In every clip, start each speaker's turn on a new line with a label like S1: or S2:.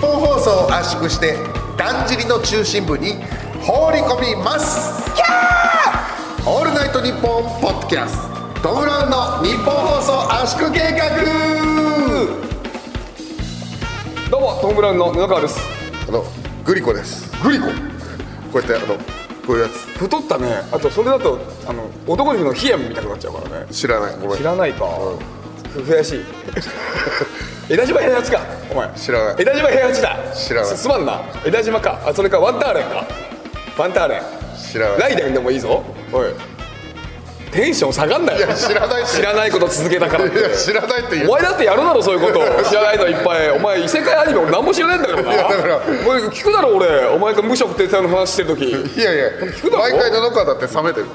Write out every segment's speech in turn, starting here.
S1: 本放送を圧縮してだんじりの中心部に放り込みますキャーオールナイトニッポンポッドキャストトム・ブラウンの日本放送圧縮計画
S2: どうもトム・ブラウンの布川です
S1: あのグリコですグリコこうやってあのこういうやつ
S2: 太ったねあとそれだとあの男の子のヒエムみたくなっちゃうからね
S1: 知らないごめん
S2: 知らないか、悔しい 枝島平八かお前
S1: 知らない
S2: 枝島平八だ
S1: 知らない
S2: すすまんな枝島かあそれかワンターレンかワンターレン
S1: 知らな
S2: ラ
S1: い
S2: イデンでもいいぞおいテンション下がんないよ
S1: や知らない
S2: 知らないこと続けたからっ
S1: い
S2: て
S1: や知らないって言
S2: お
S1: う
S2: 前だってやるだろそういうこと知らないのいっぱいお前異世界アニメ俺何も知らないんだからない
S1: やだから
S2: お前聞くだろ俺お前が無職転生の話してる時い
S1: いやいや
S2: 聞くだろ
S1: 毎回布川だって冷めてる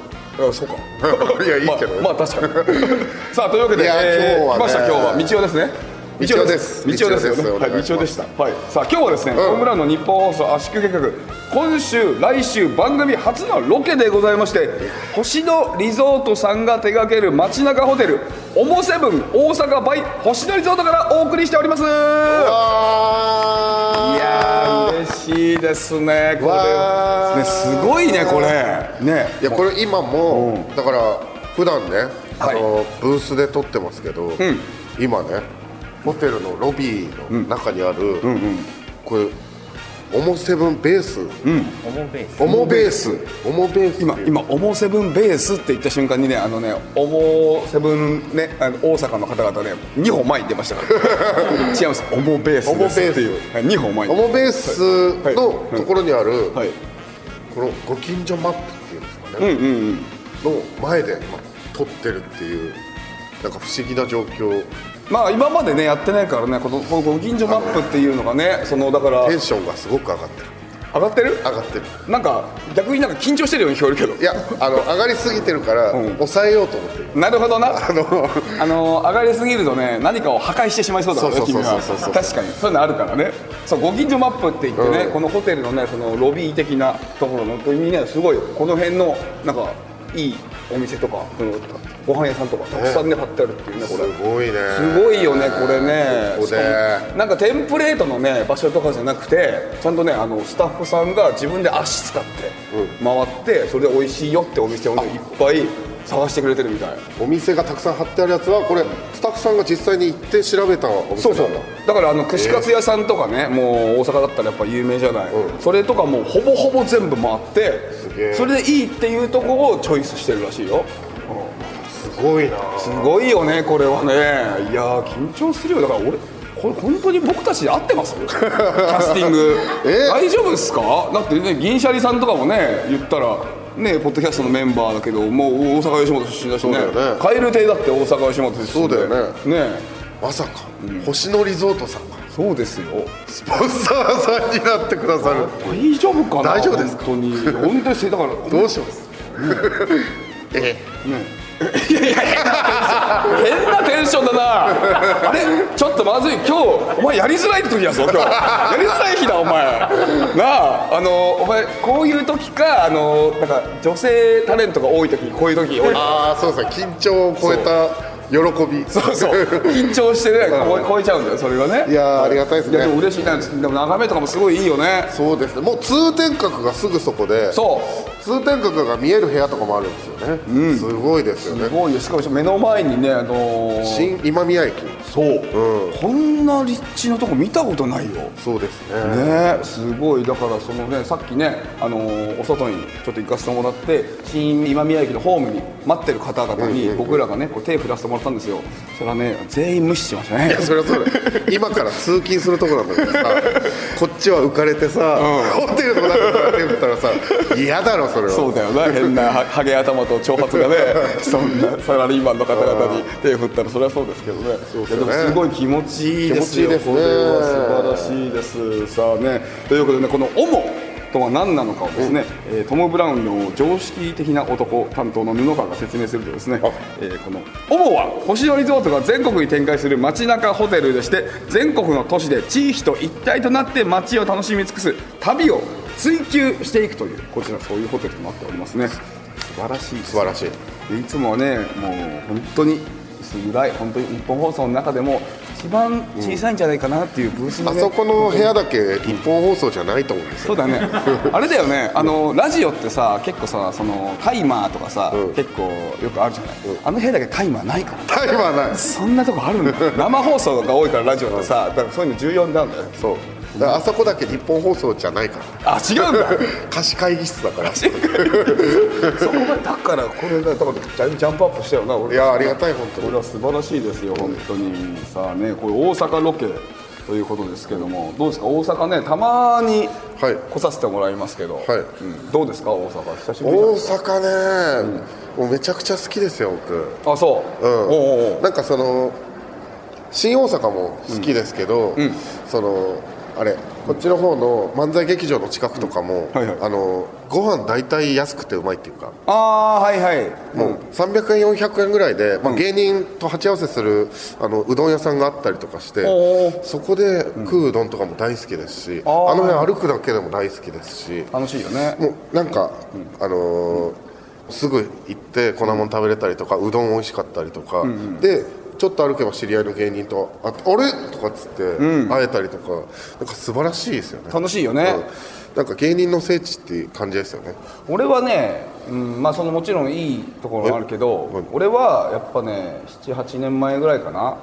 S2: やそうか
S1: いやいいけど、
S2: まあ、まあ確かに さあというわけで
S1: いや今日はね
S2: 来ました今日は道夫ですね
S1: 道夫です
S2: 道夫ですよね
S1: 道夫ですお願
S2: はいい
S1: します
S2: 道夫でしたはいさあ今日はですね、ホームランの日本放送圧縮計画今週来週番組初のロケでございまして星野リゾートさんが手掛ける街中ホテルオモセブン大阪バイ星野リゾートからお送りしておりますいや
S1: わ
S2: ー嬉しいですねこれ
S1: わー
S2: ねすごいねこれね
S1: ーいやこれ今も、だから普段ね、
S2: はい
S1: あのブースで撮ってますけど、今ねホテルのロビーの中にある、これオモセブンベース、オモベースオモベース
S2: 今今オモセブンベースって言った瞬間にねあのねオモセブンねあの大阪の方々ね二歩前に出ましたから 違いますオモベースです
S1: オモベース
S2: っていうはい二歩前
S1: オ
S2: に
S1: モベース
S2: はい
S1: のところにある、
S2: はい
S1: このご近所マップっていうんですかね、の前で今撮ってるっていうなんか不思議な状況
S2: まあ今までねやってないからねこのこのご近所マップっていうのがねそのだから
S1: テンションがすごく上がってる
S2: 上がってる
S1: 上がってる
S2: なんか逆になんか緊張してるように聞こえるけど
S1: いやあの上がりすぎてるから、
S2: ん
S1: 抑えようと思ってる
S2: なるほどな
S1: あの
S2: あの上がりすぎるとね何かを破壊してしまいそうだからね
S1: そうそうそう
S2: 君は
S1: そうそうそう
S2: 確かにそういうのあるからねそうご近所マップって言ってね、
S1: うん
S2: このホテルのねそのロビー的なところのとにねすごいこの辺のなんかいいお店とかそのご飯屋さんとかたくさんね貼ってあるっていうねこ
S1: す
S2: れ
S1: ごいね
S2: すごいよねこれね
S1: ここ
S2: しか
S1: で
S2: もなんかテンプレートのね場所とかじゃなくてちゃんとねあのスタッフさんが自分で足使って回ってそれで美味しいよってお店をねいっぱい探してくれてるみたい
S1: お店がたくさん貼ってあるやつはこれスタッフさんが実際に行って調べたお店
S2: そう
S1: な
S2: そうん
S1: だ
S2: だからあの串カツ屋さんとかね、もう大阪だったらやっぱ有名じゃない、
S1: うん
S2: それとかもうほぼほぼ全部回って
S1: げえ
S2: それでいいっていうところをチョイスしてるらしいよ
S1: すごいな
S2: すごいよねこれはねいやー緊張するよだから俺これ本当に僕たちで合ってま すキャスティング、
S1: え
S2: 大丈夫ですかだってね銀シャリさんとかもね言ったらねポッドキャストのメンバーだけどもう大阪吉本出身だしね
S1: そうだよね
S2: 蛙亭だって大阪吉本出身で
S1: そうだよ
S2: ね
S1: まさか、星野リゾートさんが
S2: そうですよ
S1: スポンサーさんになってくださる
S2: 大丈夫かな
S1: 大丈夫ですか
S2: 本当に本当にせだから
S1: どうします、え
S2: 変なテンションだなあれちょっとまずい今日お前やりづらい時だぞ今日やりづらい日だお前なああのお前こういう時かあのなんか女性タレントが多い時こういう時多い
S1: ああそうそう緊張を超えた喜び
S2: そうそう緊張してねこう超えちゃうんだよそれがね
S1: いやーありがたいですね
S2: いやでも嬉しいなでも眺めとかもすごいいいよね
S1: そうですねもう通天閣がすぐそこで
S2: そう
S1: 通天閣が見える部屋とかもあるんですよね、すごいですよ
S2: す
S1: ね
S2: ごいよしかも目の前にねあのー
S1: 新今宮駅
S2: そう、こんな立地のとこ見たことないよ
S1: そうですね
S2: ねすごいだからそのねさっきね、あのーお外にちょっと行かせてもらって新今宮駅のホームに待ってる方々に僕らがねこう手振らせてもらったんですよそしたらね全員無視しましたね
S1: それはそうだよ今から通勤するとこなんだけどさこっちは浮かれてさ、ホテルの中から手振ったらさ嫌だろそれは
S2: そうだよ な変なはハゲ頭と長髪がねそんなサラリーマンの方々に手振ったらそれはそうですけどね
S1: うです
S2: い
S1: よ
S2: やで
S1: ね
S2: もすごい気持ちいいです
S1: 気持ちい
S2: よ
S1: いですね
S2: これは素晴らしいですさあねということでねこの「オモ」とは何なのかをですね、えートム・ブラウンの常識的な男担当の布川が説明するとですね、えーこの「オモ」は星野リゾートが全国に展開する街中ホテルでして全国の都市で地域と一体となって街を楽しみ尽くす旅を追求していくというこちらそういうホテルとなっておりますね素晴らしいです
S1: 素晴らしい
S2: でいつもはねもう本当にすぐらい本当に日本放送の中でも一番小さいんじゃないかなっていうブースの
S1: あ
S2: ね
S1: そこの部屋だけ一本放送じゃないと思うんですよ
S2: そう だねあれだよねあのラジオってさ結構さそのタイマーとかさ、
S1: うん
S2: 結構よくあるじゃない、あの部屋だけタイマーないから
S1: タイマーない
S2: そんなとこあるんだ 生放送が多いからラジオってさだからそういうの重要になるんだよね
S1: そうだからあそこだけ日本放送じゃないから
S2: あ違うんだ
S1: 貸し会議室だからい
S2: そこがだからこれがだからだいぶジャンプアップしたよな俺
S1: やありがたい本当
S2: これ
S1: に
S2: は素晴らしいですよ、本当にさあね、これ大阪ロケということですけども、どうですか、大阪ね、たまに
S1: はい
S2: 来させてもらいますけど、
S1: はい
S2: うんどうですか、大阪、久しぶりじゃ
S1: 大
S2: ん
S1: 阪ね、もうめちゃくちゃ好きですよ僕
S2: あ、そう、
S1: うん
S2: おうおう
S1: なんかその新大阪も好きですけど、そのあれこっちの方の漫才劇場の近くとかも、
S2: はいはい
S1: あのご飯大体安くてうまいっていうか、
S2: あー、はいはい、
S1: もう300円400円ぐらいで、まあ、芸人と鉢合わせするあのうどん屋さんがあったりとかして
S2: おー
S1: そこで食ううどんとかも大好きですし、
S2: あー
S1: あの辺歩くだけでも大好きですし
S2: 楽しいよね、
S1: もうなんか、あのーすぐ行って粉もん食べれたりとかうどん美味しかったりとか、でちょっと歩けば知り合いの芸人と「ああれ?」とかっつって会えたりとか、なんか素晴らしいですよね
S2: 楽しいよね、
S1: うんなんか芸人の聖地っていう感じですよね
S2: 俺はね、うんまあ、そのもちろんいいところもあるけど、俺はやっぱね、7、8年前ぐらいかな、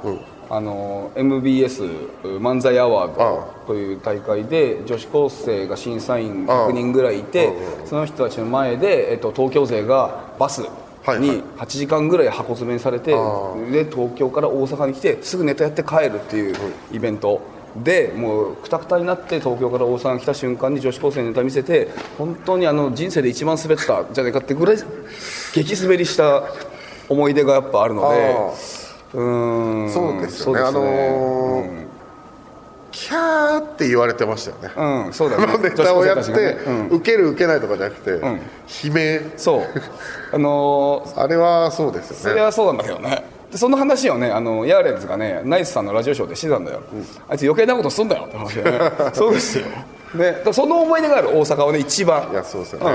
S2: あの MBS 漫才アワード。
S1: あ
S2: という大会で女子高生が審査員100人ぐらいいてその人たちの前で、えっと、東京勢がバスに
S1: はいはい
S2: 8時間ぐらい箱詰めにされて、で東京から大阪に来てすぐネタやって帰るっていうイベントでもうくたくたになって東京から大阪に来た瞬間に女子高生にネタ見せて本当にあの人生で一番滑ったんじゃないかってぐらい激滑りした思い出がやっぱあるので
S1: あ
S2: うーん
S1: そうですよね,、あのーキャーって言われてましたよね、
S2: うん、そうだ
S1: あの
S2: ね。
S1: ネタをやって、
S2: 女子高生たちがねうん
S1: 受ける受けないとかじゃなくて、
S2: ん
S1: 悲鳴
S2: そう、あのー
S1: あれはそうです
S2: そ
S1: よ
S2: れ
S1: ね
S2: はそうなんだけどね。でその話をね、あのヤーレンズがね、ナイスさんのラジオショーでしてたんだよ。あいつ余計なことすんだよって話で、 ね、そうですよ。ね、だからその思い出がある大阪はね一番
S1: い。やそうですよね、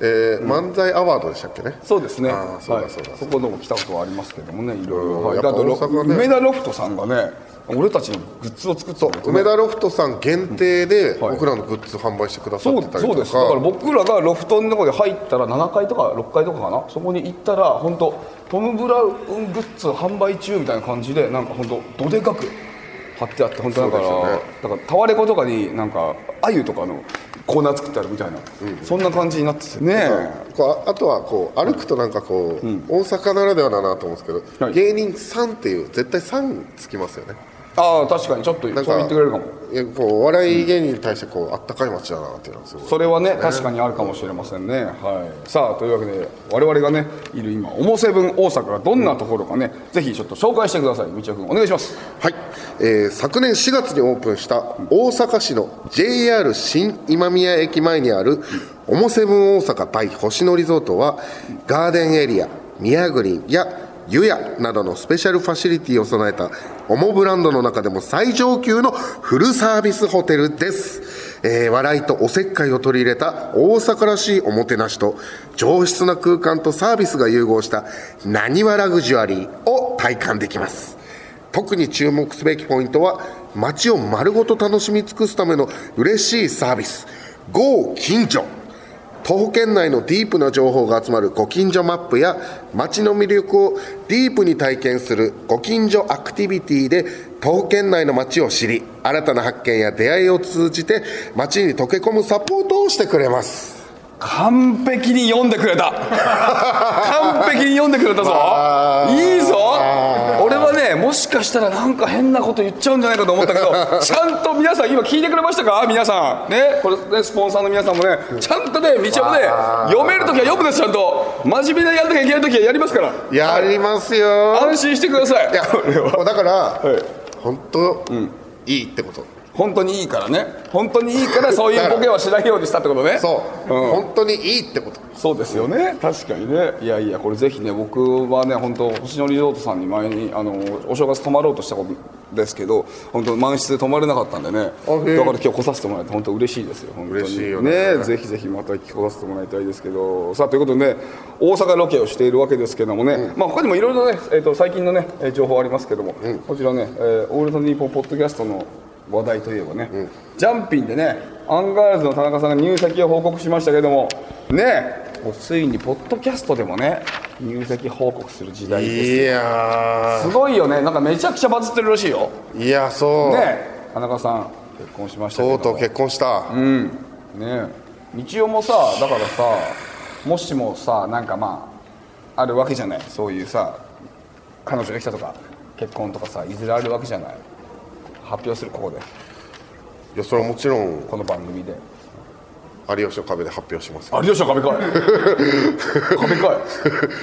S1: えー漫才アワードでしたっけね
S2: そうですね。
S1: あーそうだ
S2: はい
S1: そうだ
S2: そこでも来たことはありますけどもね、いろいろ。
S1: うん
S2: はい
S1: やっぱ
S2: だからロ
S1: 大阪ね
S2: 梅田ロフトさんがね、俺たちのグッズを作ってたんだよね
S1: 梅田ロフトさん限定で
S2: はい
S1: 僕らのグッズ販売してくださっ
S2: そう
S1: てたり
S2: そう
S1: と
S2: ですだから
S1: か
S2: 僕らがロフトのところで入ったら7階とか6階とかかなそこに行ったら本当トム・ブラウングッズ販売中みたいな感じでなんか本当どでかく貼ってあって本当だから、
S1: そうです
S2: だからタワレコとかになんかアユとかのコーナー作ってあるみたいな、そんな感じになっててね
S1: こうああとはこう歩くとなんかこう、大阪ならではだなと思うんですけど、
S2: はい
S1: 芸人さんっていう絶対さんつきますよね
S2: ああ確かにちょっとそう
S1: なん
S2: 言ってくれるかも
S1: いやこうお笑い芸人に対してこうあったかい街だなっていうのはすごい
S2: それはね確かにあるかもしれませんね、はい、さあというわけで我々がねいる今「おもセブン大阪」がどんなところかね、ぜひちょっと紹介してください道夫君お願いします
S1: はい、えー昨年4月にオープンした大阪市の JR 新今宮駅前にあるオモセブン大阪対星野リゾートはガーデンエリア宮グリーンや湯屋などのスペシャルファシリティを備えたオモブランドの中でも最上級のフルサービスホテルです、えー笑いとおせっかいを取り入れた大阪らしいおもてなしと上質な空間とサービスが融合したなにわラグジュアリーを体感できます特に注目すべきポイントは街を丸ごと楽しみ尽くすための嬉しいサービス GO 近所徒歩圏内のディープな情報が集まるご近所マップや街の魅力をディープに体験するご近所アクティビティで徒歩圏内の街を知り新たな発見や出会いを通じて街に溶け込むサポートをしてくれます
S2: 完璧に読んで くれた完璧に読んでくれたぞ
S1: あー
S2: いいぞ
S1: あ
S2: 俺はねもしかしたらなんか変なこと言っちゃうんじゃないかと思った けどちゃんと皆さん今聞いてくれましたか皆さんねこれねスポンサーの皆さんもねちゃんとね道をね
S1: わー
S2: 読めるときは読むですちゃんと真面目にやらなきゃいけないときはやりますから
S1: やりますよ
S2: 安心してください
S1: いや
S2: これは
S1: もうだから、
S2: い
S1: 本当、いいってこと
S2: 本当にいいからね本当にいいからそういうボケはしないようにしたってことね
S1: そう、
S2: ん
S1: 本当にいいってこと
S2: そうですよね、確かにね、いやいや、これぜひね、僕はね、本当、星野リゾートさんに前にあのお正月泊まろうとしたことですけど、本当、満室で泊まれなかったんでね、だから
S1: へえ
S2: 今日来させてもらえて、本当嬉しいですよ、本当に
S1: 嬉しいよね
S2: ぜひぜひまた来させてもらいたいですけど、さあということでね、大阪ロケをしているわけですけどもね、まあ他にもいろいろね、えっと最近のね、えー情報ありますけども、こちらね、えーオールナイトニッポンポッドキャストの話題といえばね、ジャンピンでね、アンガールズの田中さんが入籍を報告しましたけども、ね、もうついにポッドキャストでもね、入籍報告する時代です。
S1: いや
S2: すごいよね、なんかめちゃくちゃバズってるらしいよ。
S1: ーいやそう、
S2: ね、田中さん、結婚しましたけど
S1: と
S2: も。
S1: うとう結婚した、
S2: うんねえ日曜もさだからさもしもさなんかまああるわけじゃないそういうさ彼女が来たとか結婚とかさいずれあるわけじゃない発表するここで
S1: いやそれはもちろん
S2: この番組で
S1: 有吉の壁で発表します
S2: 有吉は壁か い壁かい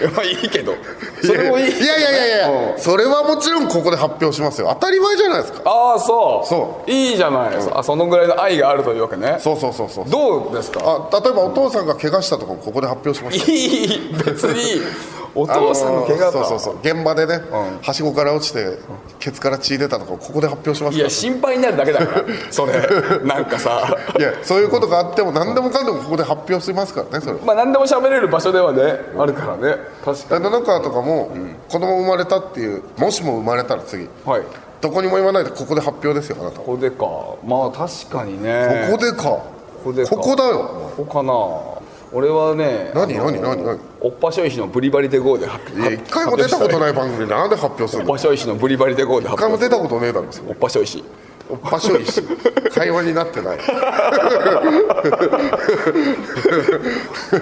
S2: やまあいいけどそれもいい
S1: いやいやいやいやいや、それはもちろんここで発表しますよ当たり前じゃないですか
S2: ああそう
S1: そう
S2: いいじゃない、あそのぐらいの愛があるというわけね
S1: そうそうそうそう
S2: どうですか
S1: あ例えばお父さんが怪我したとかもここで発表しま
S2: い
S1: した
S2: い別にお父さんの怪我
S1: あ
S2: か、
S1: のーそうそうそう現場でね、
S2: うん
S1: はしごから落ちてケツから血出たとかここで発表しま
S2: いや
S1: し
S2: 心配になるだけ だからそれなんかさ
S1: たいやそういうことがあっても何でもかんでもここで発表しますからねそれ
S2: まあ何でも喋れる場所ではねあるからね確か
S1: 野
S2: に
S1: 々川とかも子供生まれたっていうもしも生まれたら次
S2: はい
S1: どこにも言わないでここで発表ですよあなたこ
S2: ここでかまあ確かにね
S1: こでか
S2: ここでか
S1: ここだよ
S2: ここかな俺はね
S1: 何
S2: あの
S1: 何何何
S2: おっぱしょいしのブリバリで GO で発
S1: いや
S2: 表
S1: 一回も出たこと
S2: い
S1: ない番組なんで発表する
S2: おっ
S1: の
S2: ぱしょいしのブリバリで GO で
S1: 一
S2: 発
S1: 回も
S2: 表
S1: 出たことねえだろ
S2: おっぱしょいし
S1: おっぱしょいし会話になってない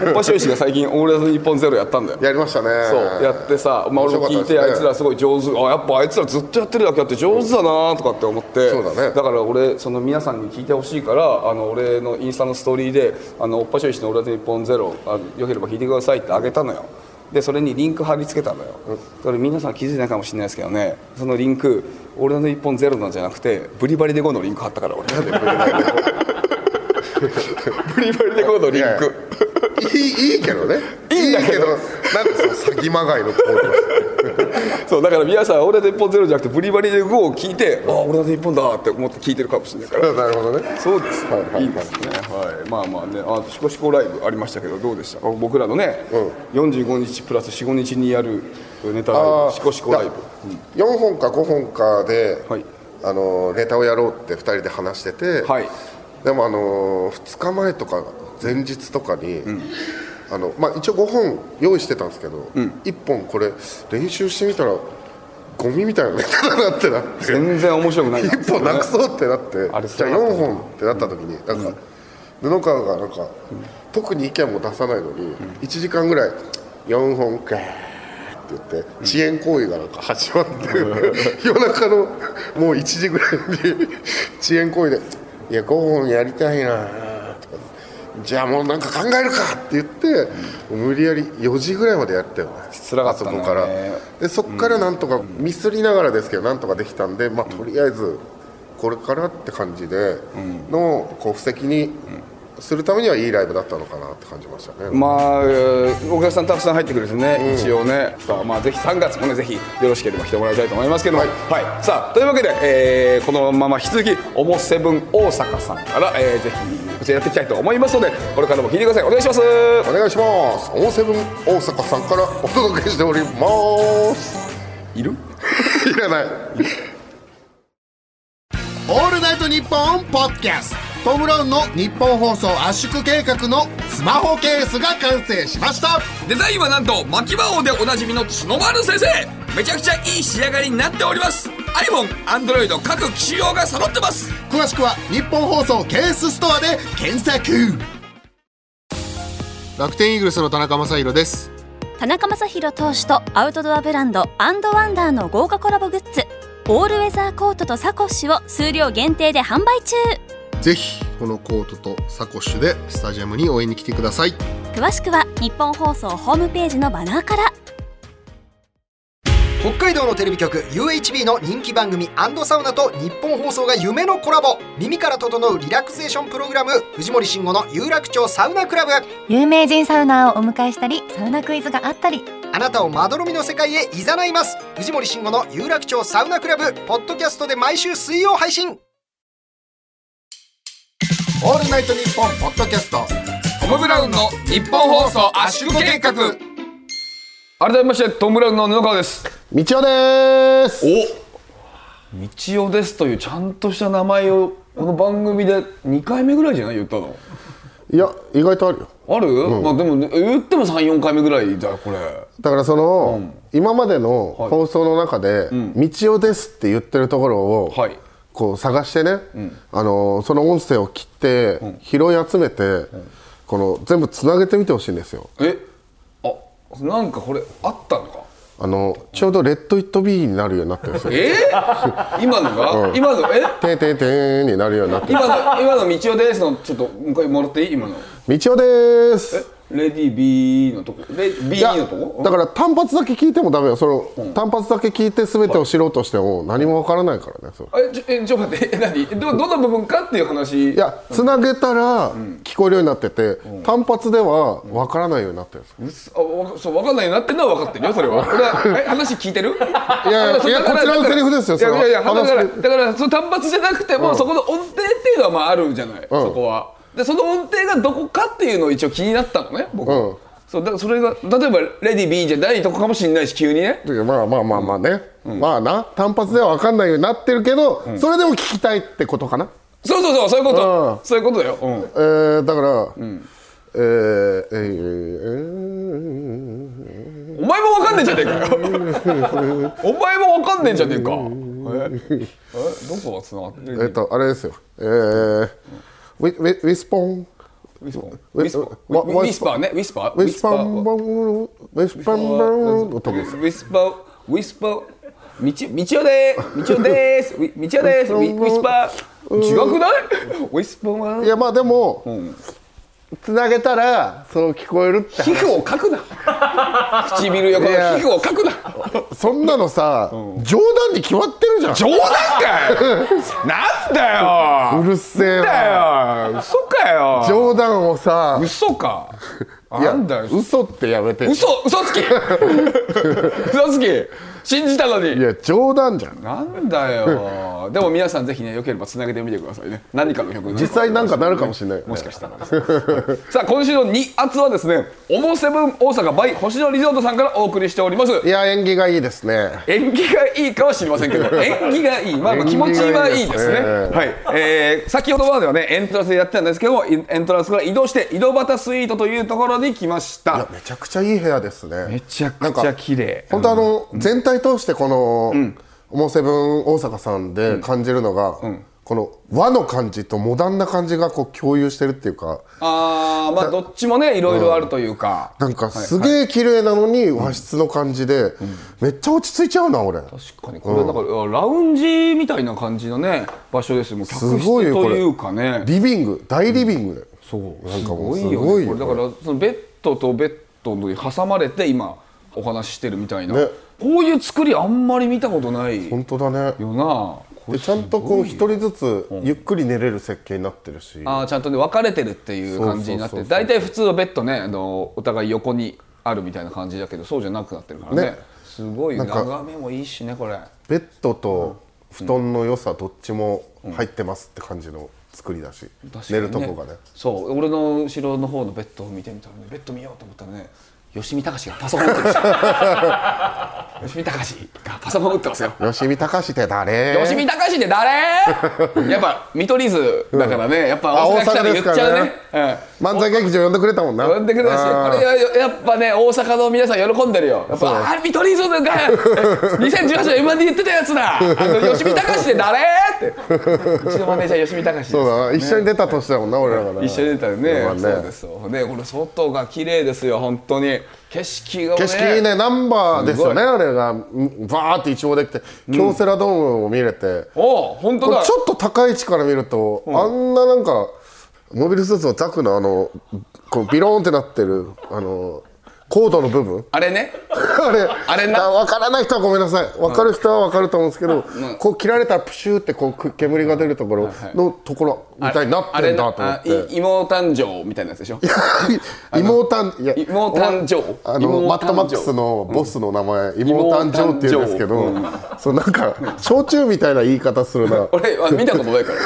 S2: おっぱしょいしが最近オールナイトニッポンゼロやったんだよ
S1: やりましたね
S2: そうやってさ、まあ、俺も聞い
S1: 面白かったです
S2: て、
S1: ね
S2: あいつらすごい上手あやっぱあいつらずっとやってるだけあって上手だなとかって思って
S1: そうだね
S2: から俺その皆さんに聞いてほしいからあの俺のインスタのストーリーで「あのおっぱしょいしの俺と日本ゼロあよければ聞いてください」ってあげたのよでそれにリンク貼り付けたのよ、それ皆さん気づいてないかもしれないですけどねそのリンク「俺の日本ゼロなんじゃなくて「ブリバリで GO」のリンク貼ったから俺 ブリバリで GO のリン
S1: いやいや
S2: ク
S1: いいいいけどね
S2: いいんだけど
S1: なんでその詐欺まがいの行 動
S2: そうだから皆さん「俺の一本ゼロ」じゃなくて「ブリバリで5」を聞いて「ああ俺の一本だ」って思って聞いてるかもしれないから
S1: なるほどね
S2: そうです、
S1: はいいはいはい
S2: い、ですね、はい、まあまあねあシコシコライブありましたけどどうでした僕らのね、45日プラス45日にやるネタライブシコシコライブ
S1: 4本か5本かで、
S2: はい
S1: あのネタをやろうって2人で話してて、
S2: はい
S1: でもあの2日前とか前日とかに、あのまあ、一応5本用意してたんですけど、1本これ練習してみたらゴミみたいなネタだなってなって
S2: 全然面白くないな
S1: 一本なくそうってなって
S2: あれ
S1: じゃあ4本ってなった時になんか布川がなんか特に意見も出さないのに1時間ぐらい「4本か」って言って遅延行為がなんか始まって 夜中のもう1時ぐらいに遅延行為で「いや5本やりたいな」とかじゃあもうなんか考えるかって言って無理やり4時ぐらいまでやったよね
S2: 辛かったね
S1: あそこからでそこからなんとかミスりながらですけどなんとかできたんで、まあ、とりあえずこれからって感じでのこう布石にするためにはいいライブだったのかなって感じましたね、
S2: まあえーお客さんたくさん入ってくるんですね、一応ねさあまあぜひ3月もねぜひよろしければ来てもらいたいと思いますけども、はいさあというわけで、えーこのまま引き続きおもセブン大阪さんから、えーぜひこちらやっていきたいと思いますのでこれからも聞いてくださいお願いします
S1: お願いしますオーセブン大阪さんからお届けしております
S2: いる
S1: いらない
S3: オールナイトニッポンポッドキャストトム・ブラウンの日本放送圧縮計画のスマホケースが完成しました
S4: デザインはなんと巻き魔王でおなじみの角丸先生めちゃくちゃいい仕上がりになっております iPhone、Android 各機種用が揃ってます
S3: 詳しくは日本放送ケースストアで検索楽天イーグルスの田中将大です
S5: 田中将大投手とアウトドアブランドアンドワンダーの豪華コラボグッズオールウェザーコートとサコッシュを数量限定で販売中
S3: ぜひこのコートとサコッシュでスタジアムに応援に来てください
S5: 詳しくは日本放送ホームページのバナーから
S6: 北海道のテレビ局 UHB の人気番組サウナと日本放送が夢のコラボ耳から整うリラクゼーションプログラム藤森慎吾の有楽町サウナクラブ
S7: 有名人サウナーをお迎えしたりサウナクイズがあったり
S6: あなたをまどろみの世界へいざないます藤森慎吾の有楽町サウナクラブポッドキャストで毎週水曜配信
S1: オールナイトニッポン」ポッドキャスト
S4: トム・ブラウンの日本放送圧縮計画
S2: 改めましてトム・ブラウンの布川です
S1: みちおです
S2: おみちおですというちゃんとした名前をこの番組で2回目ぐらいじゃない言ったの
S1: いや意外とあるよ
S2: ある、まあでもね言っても34回目ぐらいだよこれ
S1: だからその、今までの放送の中で「みちおです」って言ってるところを、
S2: はい
S1: こう探してね、あのその音声を切って、拾い集めて、この全部つなげてみてほしいんですよ
S2: えあなんかこれあったのか
S1: あのちょうど「レッド・イット・ビー」になるようになってるんです よ
S2: え今のが、今のえ
S1: 「てんてんてん」になるようになってる
S2: 今の今のみちおですのちょっともう一回もらっていい今の
S1: 「みちおです」
S2: レディー B のとこレディ
S1: いや
S2: B のとこ
S1: だから単発だけ聞いてもダメよその、単発だけ聞いて全てを知ろうとしても何もわからないからねそれ
S2: えちょえちょ待ってえ何どどの部分かっていう話
S1: いやつなげたら聞こえるようになってて、単発ではわからないようになってるんですよ、
S2: あわそう分かんないようになってんのは分かってるよそれ は俺はえ話聞いてるい
S1: やいやいやこちらのセリフですよ
S2: いやい
S1: それは
S2: やいやだから
S1: 話
S2: だからだからその単発じゃなくても、そこの音程っていうのはまああるじゃない、そこはでその音程がどこかっていうのを一応気になったのね僕、
S1: うん
S2: そうだからそれが例えばレディー B じゃないとこかもしれないし急にね
S1: だけどまあまあまあまあね、まあな単発ではわかんないようになってるけど、それでも聞きたいってことかな、
S2: そうそうそうそういうこと、
S1: うん
S2: そういうことだよ、うん
S1: えー、だから、えーえ
S2: お前もわかんねえじゃねえかよ お前もわかんねえじゃねえかええどこがつながっ
S1: ーえー
S2: て
S1: えー
S2: る
S1: っとあれですよえー、ウィウィウィスポン
S2: ウィスパー
S1: ウ
S2: ウ
S1: ィ
S2: ィ
S1: ス
S2: ス
S1: パ
S2: パ
S1: ー
S2: ーウィウィスパーねウィスパー
S1: ウィスパン
S2: ウ
S1: バンウィスパンバンのとこです
S2: ィスパーウィスパーみちみちおでーみちおでーすみみちおでーすウィウィスパー違くないウィスパー
S1: い
S2: は
S1: やまあでも、つなげたらその聞こえるって
S2: 皮膚を書くな唇横の皮膚を書くな
S1: そんなのさ、冗談に決まってるじゃん
S2: 冗談かいなんだよ
S1: うるせえわ
S2: なんだよ嘘かよ
S1: 冗談をさ
S2: 嘘か
S1: いや
S2: なんだよ
S1: 嘘ってやめて
S2: 嘘嘘つき嘘つき信じたの
S1: い
S2: に
S1: や冗談じゃん
S2: なん だよでも皆さんぜひねよければつなげてみてくださいね何かの曲に
S1: 実際なんかなるかもしれないよね
S2: もしかしたらですね さあ今週の2圧はですね「オモセブン大阪 by 星野リゾート」さんからお送りしております
S1: いや演技がいいですね
S2: 縁起がいいかは知りません けど縁起がいい、まあ、まあ気持ちはいいですね
S1: 縁起がいいですね
S2: はいえー先ほどまではねエントランスでやってたんですけどもエントランスから移動して井戸端スイートというところに来ました
S1: めちゃくちゃいい部屋ですね
S2: めちゃ
S1: なん
S2: くちゃ
S1: か
S2: 綺麗
S1: 本当あの、全体通してこの、オモセブン大阪さんで感じるのが、この和の感じとモダンな感じがこう共有してるっていうか
S2: あーまあどっちもねいろいろあるというか、
S1: なんかすげえ綺麗なのに和室の感じで、めっちゃ落ち着いちゃうな俺
S2: 確かにこれだから、ラウンジみたいな感じのね場所ですよもう客
S1: すごい
S2: 室
S1: よことれ
S2: いうかね
S1: リビング大リビングで、
S2: そう
S1: なん
S2: す
S1: かも
S2: ご
S1: う
S2: いよね
S1: すごいよ
S2: これだからそのベッドとベッドに挟まれて今お話ししてるみたいな、
S1: ね
S2: こういう作りあんまり見たことないよ
S1: 本当だね
S2: なこれ
S1: でちゃんとこう一人ずつゆっくり寝れる設計になってるし、
S2: あーちゃんとね分かれてるっていう感じになって
S1: そうそうそうそう
S2: 大体普通のベッドねあのお互い横にあるみたいな感じだけどそうじゃなくなってるからね
S1: ね
S2: すごいよ
S1: なんか
S2: 眺めもいいしねこれ。
S1: ベッドと布団の良さどっちも入ってますって感じの作りだし、
S2: 確か
S1: 寝
S2: にね
S1: るとこがね
S2: そう俺の後ろの方のベッドを見てみたらねベッド見ようと思ったらね吉見隆がパソコン打ってました 吉見隆がパソコン打ってますよ
S1: 吉見隆って誰
S2: 吉見隆って誰やっぱ見取り図だからねやっぱ
S1: あ
S2: 大
S1: 大
S2: 阪来た
S1: 阪
S2: ら
S1: で
S2: 言
S1: す
S2: っ
S1: か
S2: ちゃ
S1: らね
S2: うね、うん
S1: 漫才劇場呼んでくれたもんな
S2: 呼んでくれたし
S1: あー
S2: あれはやっぱね大阪の皆さん喜んでるよやっぱあれ見取り図が 2018年 m 1で言ってたやつだあの吉見隆って誰ってうちのマネージャー吉見隆です
S1: そうだな一緒に出た年だもんな俺らがな
S2: 一緒に出たよね
S1: まあね
S2: そうですよねこれ外が綺麗ですよ本当に景色がね
S1: 景色いいねナンバーですよね
S2: す
S1: あれがうんバーって一望できて京セラドームを見れて、
S2: おう本当
S1: こ
S2: だ
S1: れちょっと高い位置から見ると、あんななんかモビルスーツのザクのあのこうビローンってなってるあのコードの部分
S2: あれね
S1: あれ
S2: あれな
S1: 分からない人はごめんなさい分かる人は分かると思うんですけど、
S2: うん
S1: こう切られたらプシューってこうく煙が出るところのところみたいになってんだと思っ
S2: あれなあ
S1: て
S2: い妹誕生みたいなやつでしょ
S1: 妹誕いや
S2: 妹誕生
S1: あの
S2: 妹誕生
S1: マットマックスのボスの名前、妹誕生って言うんですけど、
S2: 妹
S1: そうなんか焼酎みたいな言い方するな
S2: 俺は見たこと ないから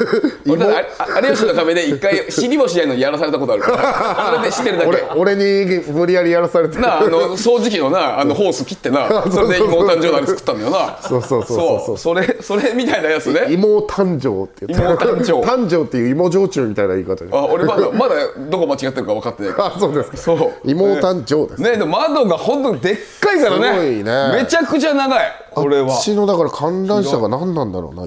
S2: 俺だってあれ有吉の壁で一回死にもしないのにやらされたことあるからそれで知ってるだ
S1: 俺
S2: け
S1: 俺に無理やりやらされてる
S2: なああの掃除機のなあのホース切って なそれで妹誕生のあれ作ったんだよな
S1: そうそうそうそう
S2: そうそれそれみたいなやつ ね
S1: 芋誕生って言って
S2: 芋誕 生
S1: 誕生っていう芋焼酎みたいな言い方で
S2: あ俺まだまだどこ間違ってるか分かってないから
S1: あそうですか
S2: そう
S1: 芋誕生です、
S2: ねでも窓が本当にでっかいからね
S1: すごいね
S2: めちゃくちゃ長いこれは
S1: うちのだから観覧車が何なんだろうな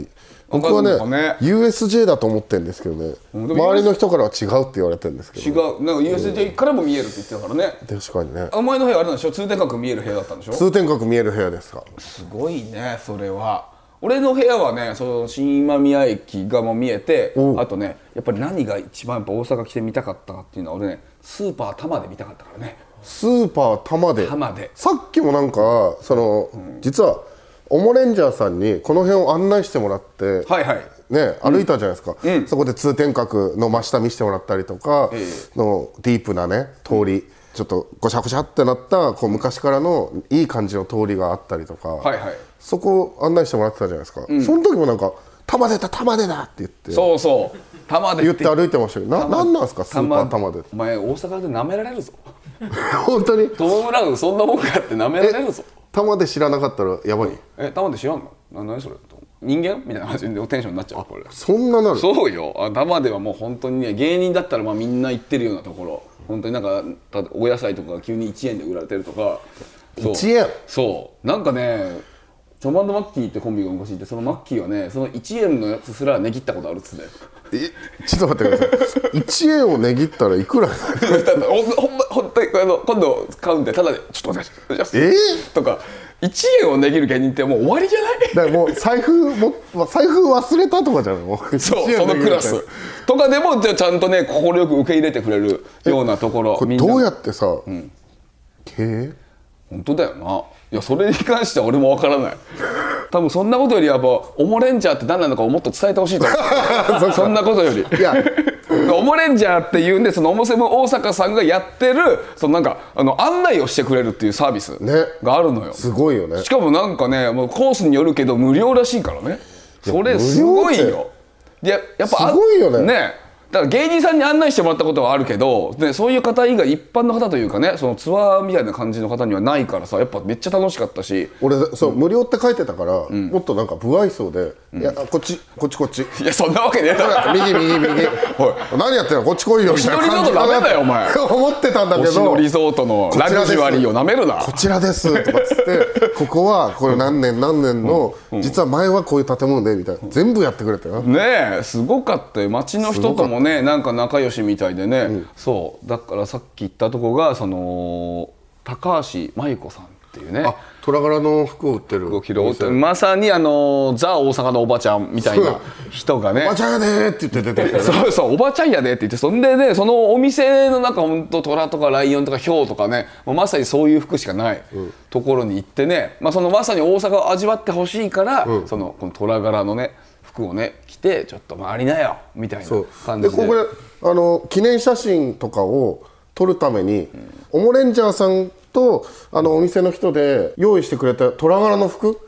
S1: 僕は
S2: わかんない
S1: ね
S2: のか
S1: USJ だと思ってるんですけどね
S2: でも
S1: 周りの人からは違うって言われてるんですけ
S2: 違
S1: ど
S2: うなんか USJ からも見えるって言ってたからね
S1: 確かにね
S2: あお前の部屋あれなんでしょ通天閣見える部屋だったんでしょ
S1: 通天閣見える部屋ですか
S2: すごいねそれは俺の部屋はねその新今宮駅がもう見えてあとねやっぱり何が一番やっぱ大阪来て見たかったかっていうのは俺ねスーパー玉で見たかったからね
S1: スーパー玉で
S2: 玉で
S1: さっきもなんかその、実はオモレンジャーさんにこの辺を案内してもらって、
S2: はいはい
S1: ね、歩いたじゃないですか、
S2: うん
S1: そこで通天閣の真下見せてもらったりとか、
S2: え
S1: のディープなね通り、ちょっとごしゃごしゃってなったこう昔からのいい感じの通りがあったりとか、
S2: はいはい
S1: そこを案内してもらってたじゃないですか、その時もなんか「玉出た玉出だ!」って言って
S2: そうそう玉で
S1: 言って歩いてましたけどななんなんですかスーパー玉で
S2: お前大阪で舐められるぞ
S1: 本当に
S2: トム・ブラウンそんなもんかって舐められるぞ
S1: 玉で知らなかったらやばい、
S2: え玉で知らんのな何それ人間みたいな感じでテンションになっちゃうこれ
S1: そんななる
S2: そうよあ玉ではもう本当にね芸人だったらまあみんな行ってるようなところ本当になんかただお野菜とかが急に1円で売られてるとかそう
S1: 1円
S2: そうなんかねチョマンドマッキーってコンビが昔いてそのマッキーはねその1円のやつすら値切ったことあるっつって
S1: えちょっと待ってください1円を値切ったらいくら
S2: ほんほんまほんとにあの今度買うんでただでちょっとお願いします
S1: え
S2: とか1円を値切る芸人ってもう終わりじゃない
S1: だからもう財布もまあ財布忘れたとかじゃないもう
S2: そ
S1: 一
S2: うそ
S1: 円
S2: の
S1: 値切
S2: ク
S1: る
S2: ラスとかでもじゃあちゃんとね快く受け入れてくれるようなところ
S1: こ
S2: み
S1: れ
S2: んな
S1: どうやってさ、経営
S2: 本当だよないやそれに関しては俺もわからない多分そんなことよりやっぱオモレンジャーって何なのかをもっと伝えてほしいと 思うそんなことより
S1: いや
S2: オモレンジャーっていうんでそのオモセブン大阪さんがやってるそのなんかあの案内をしてくれるっていうサービス
S1: ね
S2: があるのよ、
S1: すごいよね
S2: しかもなんかねもうコースによるけど無料らしいからねそ
S1: 無料っ
S2: れ
S1: て
S2: すごいよいややっぱあ
S1: すごいよね
S2: だから芸人さんに案内してもらったことはあるけど、ね、そういう方以外一般の方というかねそのツアーみたいな感じの方にはないからさやっぱめっちゃ楽しかったし
S1: 俺そう、無料って書いてたから、もっとなんか不愛想で、いやこっちこっちこっち
S2: いやそんなわけねえだろ
S1: 右右右
S2: おい
S1: 何やってんのこっち来いよみたいな感じか
S2: お忍び
S1: な
S2: だとダメだよお前
S1: 思ってたんだけど
S2: 星野リゾートのラグジュアリーをなめるな
S1: こちらですとかっつっ てここはこれ何年何年の実は前はこういう建物でみたいな全部やってくれたよ
S2: ねえすごかったよ町の人ともねなんか仲良しみたいでね、そうだからさっき言ったとこがその高橋真由子さんっていうね
S1: あ虎柄の服を売ってる
S2: 5キロまさにあのザ大阪のおばちゃんみたいな人が
S1: お
S2: ね
S1: ばちゃんやでーって言って出てきたよ
S2: そうそうおばちゃんやでって言ってそんでねそのお店の中ほんと虎とかライオンとかヒョウとかねもうまさにそういう服しかないところに行ってね、まあ、そのまさに大阪を味わってほしいから、そのこの虎柄のね服をね着てちょっと回りなよみたいな
S1: そう
S2: 感
S1: で
S2: じで
S1: ここであの記念写真とかを撮るために、オモレンジャーさんとあのお店の人で用意してくれた虎柄の服、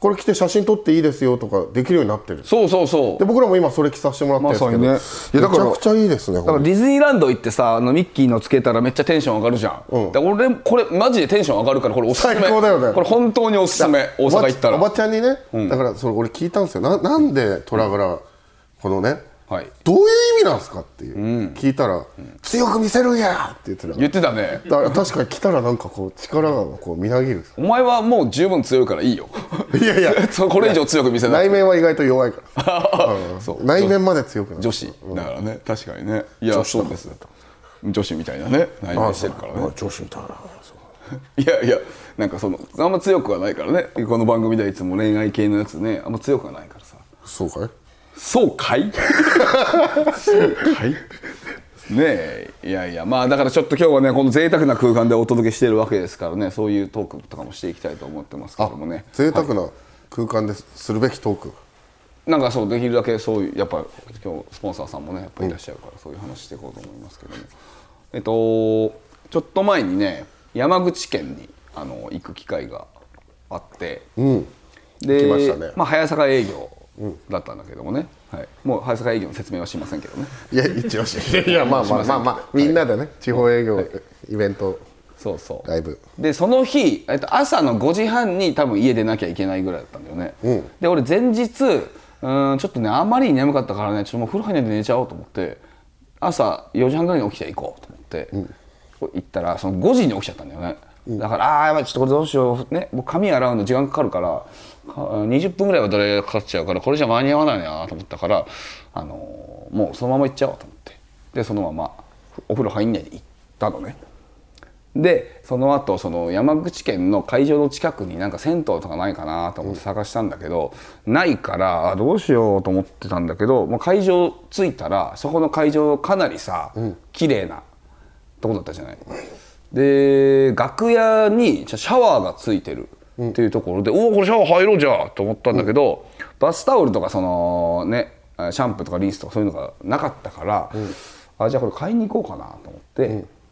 S1: これ着て写真撮っていいですよとかできるようになってる
S2: そうそうそう
S1: で僕らも今それ着させてもらってるん
S2: ま
S1: です
S2: さ
S1: け
S2: にね
S1: ど、
S2: いやだから
S1: めちゃくちゃいいですね
S2: だから
S1: これ
S2: ディズニーランド行ってさあのミッキーのつけたらめっちゃテンション上がるじゃん、
S1: うん
S2: だから俺これマジでテンション上がるからこれおすすめ
S1: 最高だよね
S2: これ本当におすすめ大
S1: おば
S2: 阪行ったら
S1: おばちゃんにね、だからそれ俺聞いたんですよななんで虎柄、このね、
S2: はい
S1: どういう意味なんですかっていう、聞いたら、強く見せるんやって言ってた
S2: 言ってたね
S1: だから確かに来たらなんかこう力がこうみなぎる
S2: お前はもう十分強いからいいよ
S1: いやいや
S2: そうこれ以上強く見せない
S1: 内面は意外と弱い から
S2: そう
S1: 内面まで強くなる
S2: 女子だからね確かにねいやそうです女子みたいなね内面してるからね
S1: 女子みたいない
S2: やいやなんかそのあんま強くはないからねこの番組ではいつも恋愛系のやつねあんま強くはないからさ
S1: そうかい
S2: そうかいそうかいねえいやいやまあだからちょっと今日はねこの贅沢な空間でお届けしてるわけですからねそういうトークとかもしていきたいと思ってますけどもね
S1: 贅沢な空間でするべきトーク、
S2: なんかそうできるだけそういうやっぱ今日スポンサーさんもねやっぱいらっしゃるからそういう話していこうと思いますけども、えっとちょっと前にね山口県にあの行く機会があって、
S1: うん
S2: で
S1: 行きましたね
S2: あ、早坂営業だったんだけどもね、はい、もう早坂営業の説明はしませんけどね
S1: いや一応し いやまあまあまあまあみんなでね、地方営業、イベント
S2: そうそう
S1: ライブ
S2: でその日、えっと、朝の5時半に多分家出なきゃいけないぐらいだったんだよね、
S1: うん
S2: で俺前日うんちょっとねあんまりに眠かったからねちょっともう風呂入んないで寝ちゃおうと思って朝4時半ぐらいに起きて行こうと思って、こう行ったらその5時に起きちゃったんだよね、だからああーやばいちょっとこれどうしようね僕髪洗うの時間かかるからか20分ぐらいはどれかかっちゃうからこれじゃ間に合わないなと思ったから、あのーもうそのまま行っちゃおうと思ってでそのままお風呂入んないで行ったのねでその後その山口県の会場の近くになんか銭湯とかないかなと思って探したんだけど、ないからあどうしようと思ってたんだけどもう会場着いたらそこの会場かなりさ綺麗なとこだったじゃない。で楽屋にシャワーがついてるっていうところで、おおこれシャワー入ろうじゃあと思ったんだけど、バスタオルとかそのねシャンプーとかリンスとかそういうのがなかったから、あじゃあこれ買いに行こうかなと思って。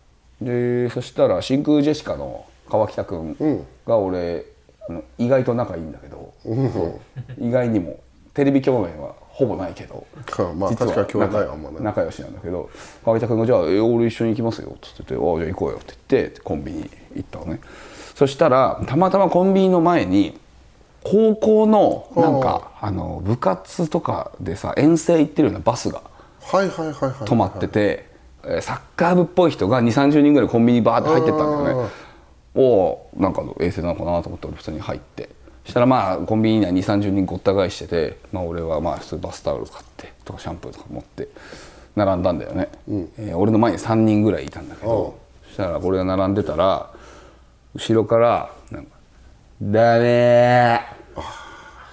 S2: でそしたら真空ジェシカの川北君が俺、あの意外と仲いいんだけど、そう意外にもテレビ共演はほぼないけど、
S1: うんまあ
S2: 実
S1: 確
S2: は
S1: かに共演ないあんまね
S2: 仲良しなんだけど川北君が「じゃあえ俺一緒に行きますよ」っつってて「あじゃあ行こうよ」って言ってコンビニ行ったのねそしたらたまたまコンビニの前に高校のなんかあの部活とかでさ遠征行ってるようなバスが。
S1: はいはいはいはい
S2: 止まってて、えーサッカー部っぽい人が2 3 0人ぐらいコンビニバーって入ってったんだよねおおーなんかの衛星なのかなと思って俺普通に入ってそしたらまあコンビニには2 3 0人ごった返してて、まあ、俺はまあ普通バスタオル買ってとかシャンプーとか持って並んだんだよね、えー俺の前に3人ぐらいいたんだけどそしたら俺が並んでたら後ろからなんか「ダメ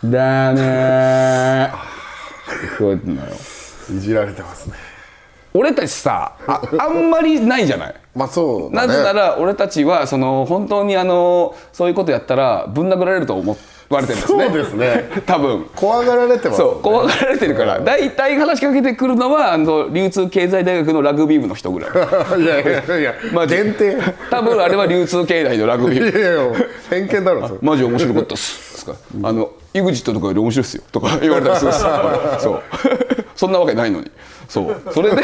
S2: ーダメー」聞こえてんのよ
S1: いじられてますね
S2: 俺たちさああんまりないじゃない
S1: まあそうだ
S2: な
S1: ね
S2: ぜなら俺たちはその本当にあのそういうことやったらぶん殴られると思われてるんですね
S1: そうです ね
S2: 多分
S1: 怖がられてます
S2: そう怖がられてるから大体話しかけてくるのはあの流通経済大学のラグビー部の人ぐらい
S1: いやいや いやいや、
S2: まあ
S1: 限定いや
S2: 多分あれは流通経済のラグビー部
S1: いや偏見だ ろそれ
S2: マジ面白かったっす」とか「あの EXIT とかより面白いっすよ」とか言われたりするっすそう そんなわけないのにそうそ れで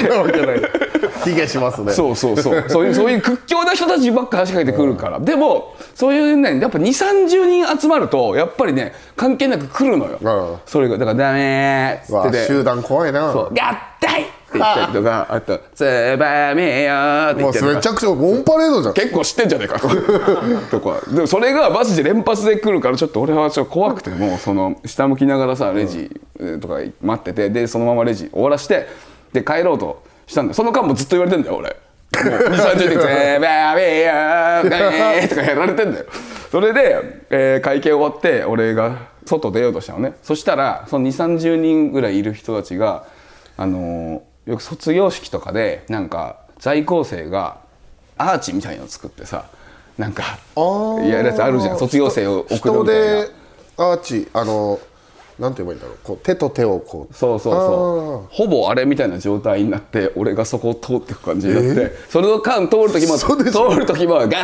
S1: 卑下しますね
S2: そうそう そうそういうそういう屈強な人たちばっか話しかけてくるから、でもそういうねやっぱ2 3 0人集まるとやっぱりね関係なく来るのよ、
S1: うん
S2: それがだから「ダメ」っつ
S1: わ
S2: っ
S1: あ
S2: てて
S1: 集団怖いな
S2: そう「合体!」って言ったりとかあと「つばめよ」って言
S1: も
S2: っ
S1: う
S2: たりと
S1: めち
S2: か
S1: ゃくちゃオンパレードじゃん
S2: 結構知ってんじゃねえかと とかでもそれがマジで連発で来るからちょっと俺はちょっと怖くてもうその下向きながらさレジえーとか待っててでそのままレジ終わらしてで帰ろうとしたんだよその間もずっと言われてんだよ俺。もう2 3 0人「ゼバビーガー」とかやられてんだよそれで、えー会計終わって俺が外出ようとしたのねそしたらその2 3 0人ぐらいいる人たちが、あのーよく卒業式とかでなんか在校生がアーチみたいの作ってさなんか
S1: ー
S2: やるやつあるじゃん卒業生を送る
S1: 人
S2: みたい
S1: で
S2: な
S1: アーチあのなんて言えばいいんだろうこう手と手をこう
S2: そうそうそうほぼあれみたいな状態になって俺がそこを通っていく感じになって、それの間通る時も
S1: 嘘でしょ
S2: 通る時も「合体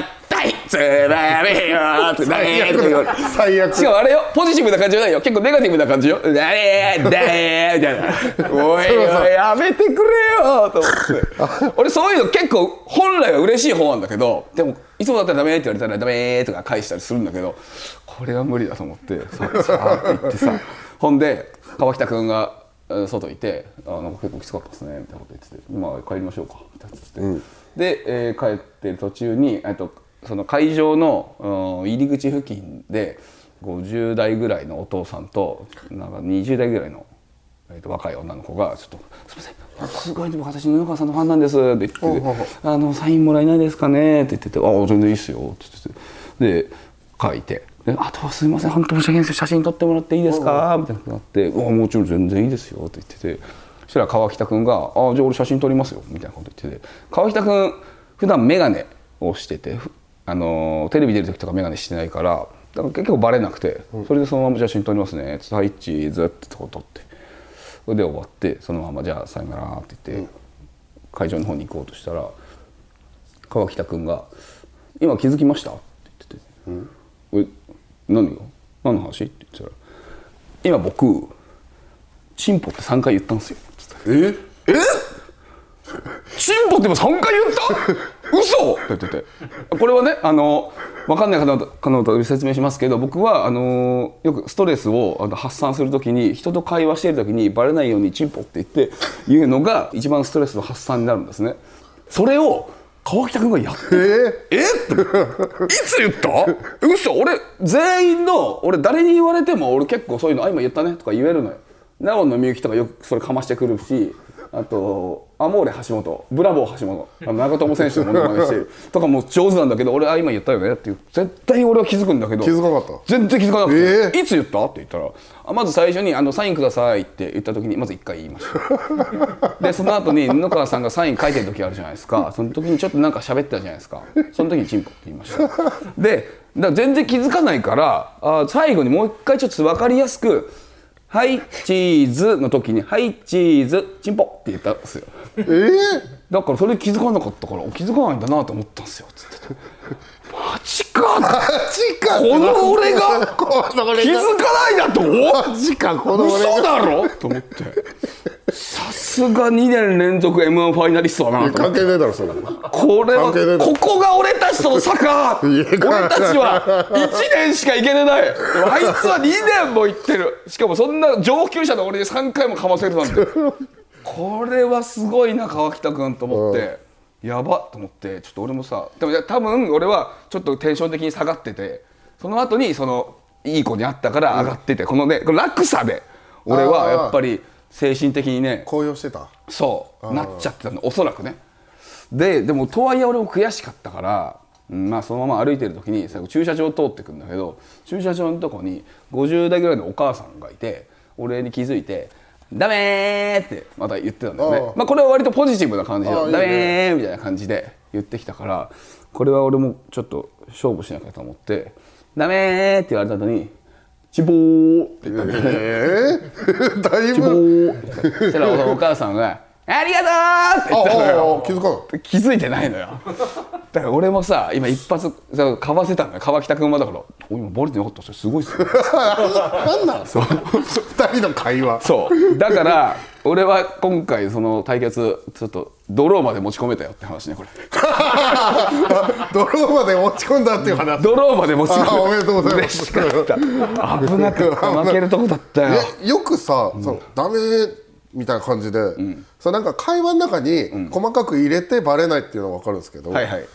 S2: つられよ」って「だれ」とか言われて
S1: 最悪
S2: しかもあれよポジティブな感じじゃないよ結構ネガティブな感じよ「だれだれ」みた いな「おいおいやめてくれよ」と思って俺そういうの結構本来は嬉しい方なんだけどでもいつもだったら「ダメ」って言われたら「ダメ」とか返したりするんだけどこれは無理だと思ってささーって言ってさほんで川北君がえー外いて「あなんか結構きつかったですね」みたいなこと言ってて「まあ帰りましょうか」みたいなこと言ってて、で、えー帰ってる途中にえっとその会場の、うん入り口付近で50代ぐらいのお父さんとなんか20代ぐらいの、えーと若い女の子が「ちょっとすみませんすごいでも私布川さんのファンなんです」って言ってて「あのサインもらえないですかね」って言ってて「あ全然いいっすよ」って言っててで書いて「であとはすいません本当申し訳ないです写真撮ってもらっていいですか?」みたいなことになって「あもちろん全然いいですよ」って言っててそしたら川北君が「ああじゃあ俺写真撮りますよ」みたいなこと言ってて川北君普段眼鏡をしてて、ふあのーテレビ出る時とか眼鏡してないからだから結構バレなくて、それでそのまま写真撮りますねつって「はいチーズ」ってとこ撮ってそれで終わってそのまま「じゃあさよなら」って言って、会場の方に行こうとしたら川北君が「今気づきました?」って言ってて「え何が何の話?」って言ったら「今僕チンポって3回言ったんですよ」つって
S1: ええ
S2: チンポって今3回言 った嘘って言っててこれはねあの分かんない方々方々に説明しますけど僕はあのよくストレスをあの発散するときに人と会話しているときにバレないようにチンポって言って言うのが一番ストレスの発散になるんですねそれを川北君がやってええっていつ言った嘘俺全員の俺誰に言われても俺結構そういうの「あ今言ったね」とか言えるのよ納言のみゆきとかよくそれかましてくるしあとアモーレ橋本ブラボー橋本あの長友選手のものまねしてるとかも上手なんだけど俺あ今言ったよねっていう絶対俺は気づくんだけど
S1: 気づかなかった
S2: 全然気づかなくて、
S1: え
S2: いつ言ったって言ったらあまず最初にあの「サインください」って言った時にまず1回言いましたでその後に布川さんがサイン書いてる時あるじゃないですかその時にちょっとなんか喋ってたじゃないですかその時にチンポって言いましたでだから全然気づかないからあー最後にもう一回ちょっと分かりやすく「はいチーズ」の時に「はいチーズチンポ」って言ったんですよ
S1: えー
S2: だからそれ気づかなかったからお気づかないんだなと思ったんですよつっててマジか
S1: マジか
S2: この俺が
S1: この俺
S2: 気づ
S1: が
S2: かないだと
S1: マジかこの俺
S2: 嘘
S1: が
S2: だろと思ってさすが2年連続 m 1ファイナリストだなと思
S1: 関
S2: っ
S1: 係
S2: て
S1: ないだろそれ
S2: これは
S1: 関係ねえだろ
S2: ここが俺たちとの差か
S1: い
S2: 俺
S1: や
S2: た ちは1年しかいけてないあいつは2年も行ってるしかもそんな上級者の俺に3回もかませるなんてこれはすごいな川北君と思って、やばっと思ってちょっと俺もさでもいや多分俺はちょっとテンション的に下がっててその後にそのいい子に会ったから上がってて、このねこの落差で俺はやっぱり精神的にね
S1: 高揚してた
S2: そうなっちゃってたのおそらくねででもとはいえ俺も悔しかったから、うんまあ、そのまま歩いてる時に最後駐車場通ってくんだけど駐車場のとこに50代ぐらいのお母さんがいて俺に気づいて「ダメー!」ってまた言ってたんだよね
S1: ああ
S2: まあ、これは割とポジティブな感じで
S1: ああいいね
S2: ダメー!」みたいな感じで言ってきたからこれは俺もちょっと勝負しなきゃと思って「ダメー!」って言われた後に「チボー!」って言ったんだよね
S1: え ーだい
S2: チボ
S1: ぶ
S2: ーそしたらお母さんが 「ありがとう!」って言ったの
S1: ああ
S2: よ
S1: 気づかん
S2: 気づいてないのよだから俺もさ今一発さかわせたのよ川北君はだから「お今バレてなかったそれすごいっすね
S1: なんなんそう二人の会話
S2: そうだから俺は今回その対決ちょっとドローまで持ち込めたよって話ねこれ
S1: ドローまで持ち込んだっていう話
S2: ドローまで持ち込めた
S1: あおめでとうございます
S2: 嬉し かった危なかった負けるとこだったよ
S1: えよくさ、そのダメみたいな感じで、そうなんか会話の中に細かく入れてバレないっていうのは分かるんですけど、
S2: はいはい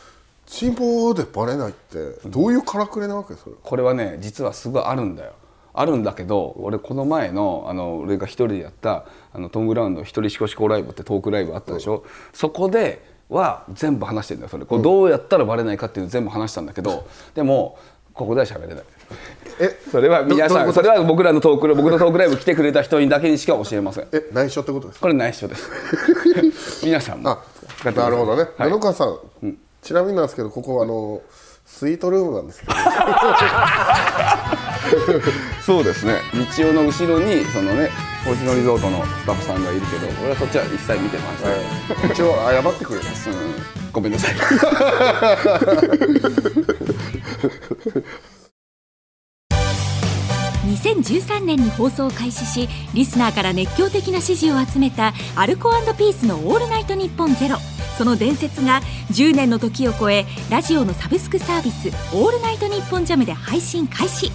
S1: チンポでバレないってどういうからくれなわけそれ
S2: これはね実はすごいあるんだよあるんだけど俺この前のあの俺が一人でやったあのトム・ブラウンの「一人しこしこライブ」ってトークライブあったでしょ、そこでは全部話してんだよそれこうどうやったらバレないかっていうの全部話したんだけどでもここでは喋れない
S1: え
S2: それは皆
S1: どどういう
S2: さ
S1: んこと
S2: それは僕らのトーク僕のトークライブ来てくれた人にだけにしか教えません
S1: え内緒ってことですか
S2: これ内緒です 皆さんも
S1: あなるほどね
S2: はい
S1: 布川、さん、ちなみになんですけどここあのスイートルームなんですけど
S2: そうですね道夫の後ろにそのね星野リゾートのスタッフさんがいるけど俺はそっちは一切見てません、
S1: 一応謝ってくれる
S2: うんごめんなさ い。
S8: 2013年に放送を開始しリスナーから熱狂的な支持を集めたアルコピースの「オールナイトニッポンゼロその伝説が10年の時を超えラジオのサブスクサービス「オールナイトニッポンジャムで配信開始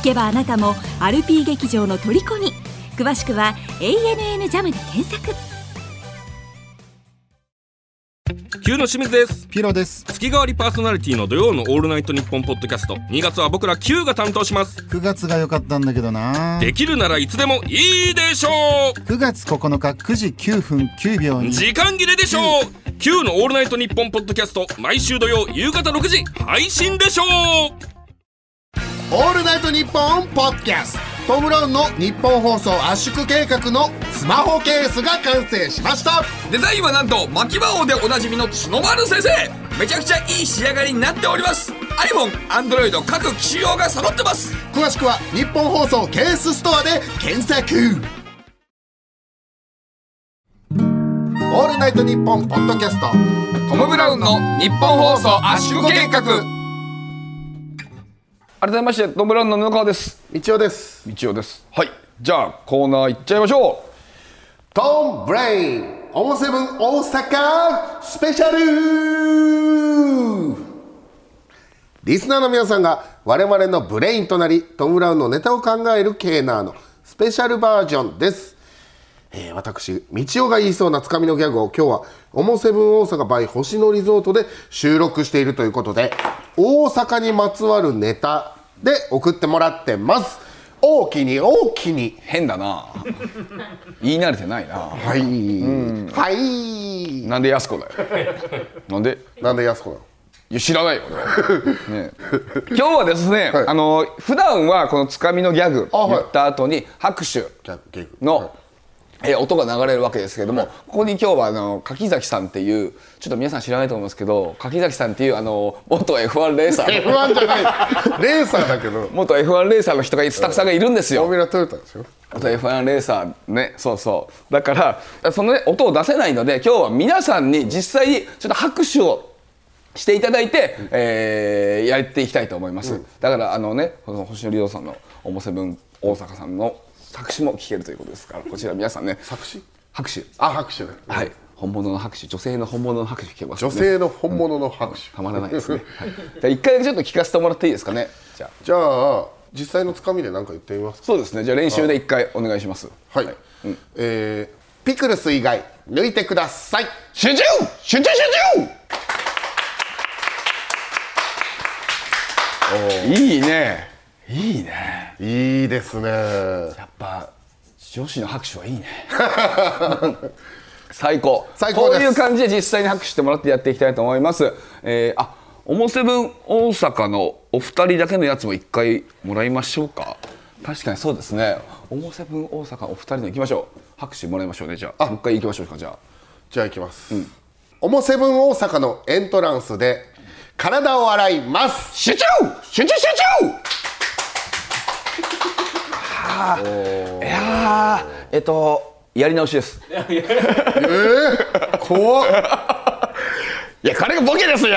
S8: 聞けばあなたもアルピー劇場の虜に詳しくは「ANN ジャムで検索
S9: 急の清水です
S3: ピロです
S9: 月替わりパーソナリティの土曜のオールナイトニッポンポッドキャスト2月は僕ら Q が担当します
S3: 9月が良かったんだけどな
S9: できるならいつでもいいでしょ
S3: 9月9日9時9分9秒
S9: う
S3: に
S9: 時間切れでしょう Q のオールナイトニッポンポッドキャスト毎週土曜夕方6時配信でしょう
S3: 「オールナイトニッポン」ポッドキャストトム・ラウンの日本放送圧縮計画のスマホケースが完成しました
S4: デザインはなんと牧場王でおなじみの角丸先生めちゃくちゃいい仕上がりになっております iPhone、Android 各機種用が揃ってます
S3: 詳しくは日本放送ケースストアで検索オールナイトニッポンポッドキャスト
S4: トム・ブラウンの日本放送圧縮計画
S2: 改めましてトムブラウンの布川です
S1: 一応です
S2: 道夫ですはいじゃあコーナー行っちゃいましょ
S1: トンブレインオンセブン大阪スペシャルリスナーの皆さんが我々のブレインとなりトム・ブラウンのネタを考えるケーナーのスペシャルバージョンです、えー私道夫が言いそうなつかみのギャグを今日はオモセブン大阪 by 星野リゾートで収録しているということで大阪にまつわるネタで送ってもらってます大きに大きに
S2: う変だな言い慣れてないな
S1: はい、はい
S2: なんで安子だよなんで
S1: なんで安子なの
S2: いや知らない よ俺、ねえ、今日はですね、あの普段はこのつかみのギャグ
S1: あはい
S2: 言った後に拍手
S1: ギャギャグ
S2: の、えー音が流れるわけですけれども、ここに今日はあの柿崎さんっていうちょっと皆さん知らないと思いますけど柿崎さんっていうあの元 F1 レーサーの
S1: 不安じゃないレーサーだけど
S2: 元 F1 レーサーの人がスタッフさんがいるんですよ
S1: 大。宮トヨタでしょ
S2: あと F1 レーサーねそうそうだからその、ね、音を出せないので今日は皆さんに実際にちょっと拍手をしていただいて、えーやっていきたいと思います、だからあのねこの星野リオさんの「おもせぶん大阪」さんの作詞も聞けるということですからこちら皆さんね
S1: 作詞
S2: 拍手
S1: あ拍手ね
S2: はい本物の拍手女性の本物の拍手聞けます、ね、
S1: 女性の本物の拍手、
S2: たまらないですね、はい、じゃあ一回ちょっと聞かせてもらっていいですかねじゃあ
S1: じゃあ実際のつかみで何か言ってみますか
S2: そうですねじゃあ練習で一回お願いします
S1: はい、えーピクルス以外抜いてください
S2: 集中集中集中いいねいいね
S1: いいですね
S2: やっぱ女子の拍手はいいね 最高
S1: 最高です
S2: こういう感じで実際に拍手してもらってやっていきたいと思います、えー、あおもせぶん大阪のお二人だけのやつも一回もらいましょうか確かにそうですねおもせぶん大阪お二人の行きましょう拍手もらいましょうねじゃあもう一回行きましょうかじゃあ
S1: じゃあ行きます、オモセブン大阪のエントランスで体を洗います
S2: 集中集中集 中いやーえっとやり直し です
S1: 怖っ
S2: いやこれがボケですよ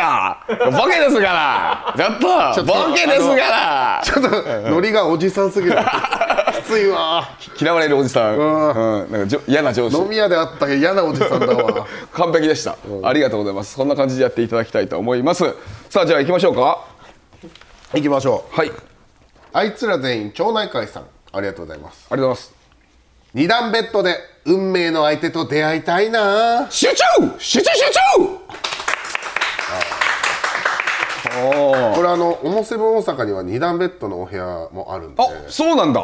S2: ボケですからちょっとボケですから
S1: ちょっとノリがおじさんすぎるきついわ
S2: 嫌われるおじさん、
S1: ん
S2: うん、なんかじょ嫌な上司
S1: 飲み屋であったけど嫌なおじさんだわ
S2: 完璧でした、ありがとうございますそんな感じでやっていただきたいと思いますさあじゃあ行きましょうか
S1: 行きましょう
S2: はいありがと
S1: あいつら全員町内会さんありがとうございます
S2: うございます
S1: 二段ベッドで運命の相手と出会いたいな
S2: 集中集中集中おー
S1: これあのオモセブン大阪には二段ベッドのお部屋もあるんで
S2: あ、そうなんだ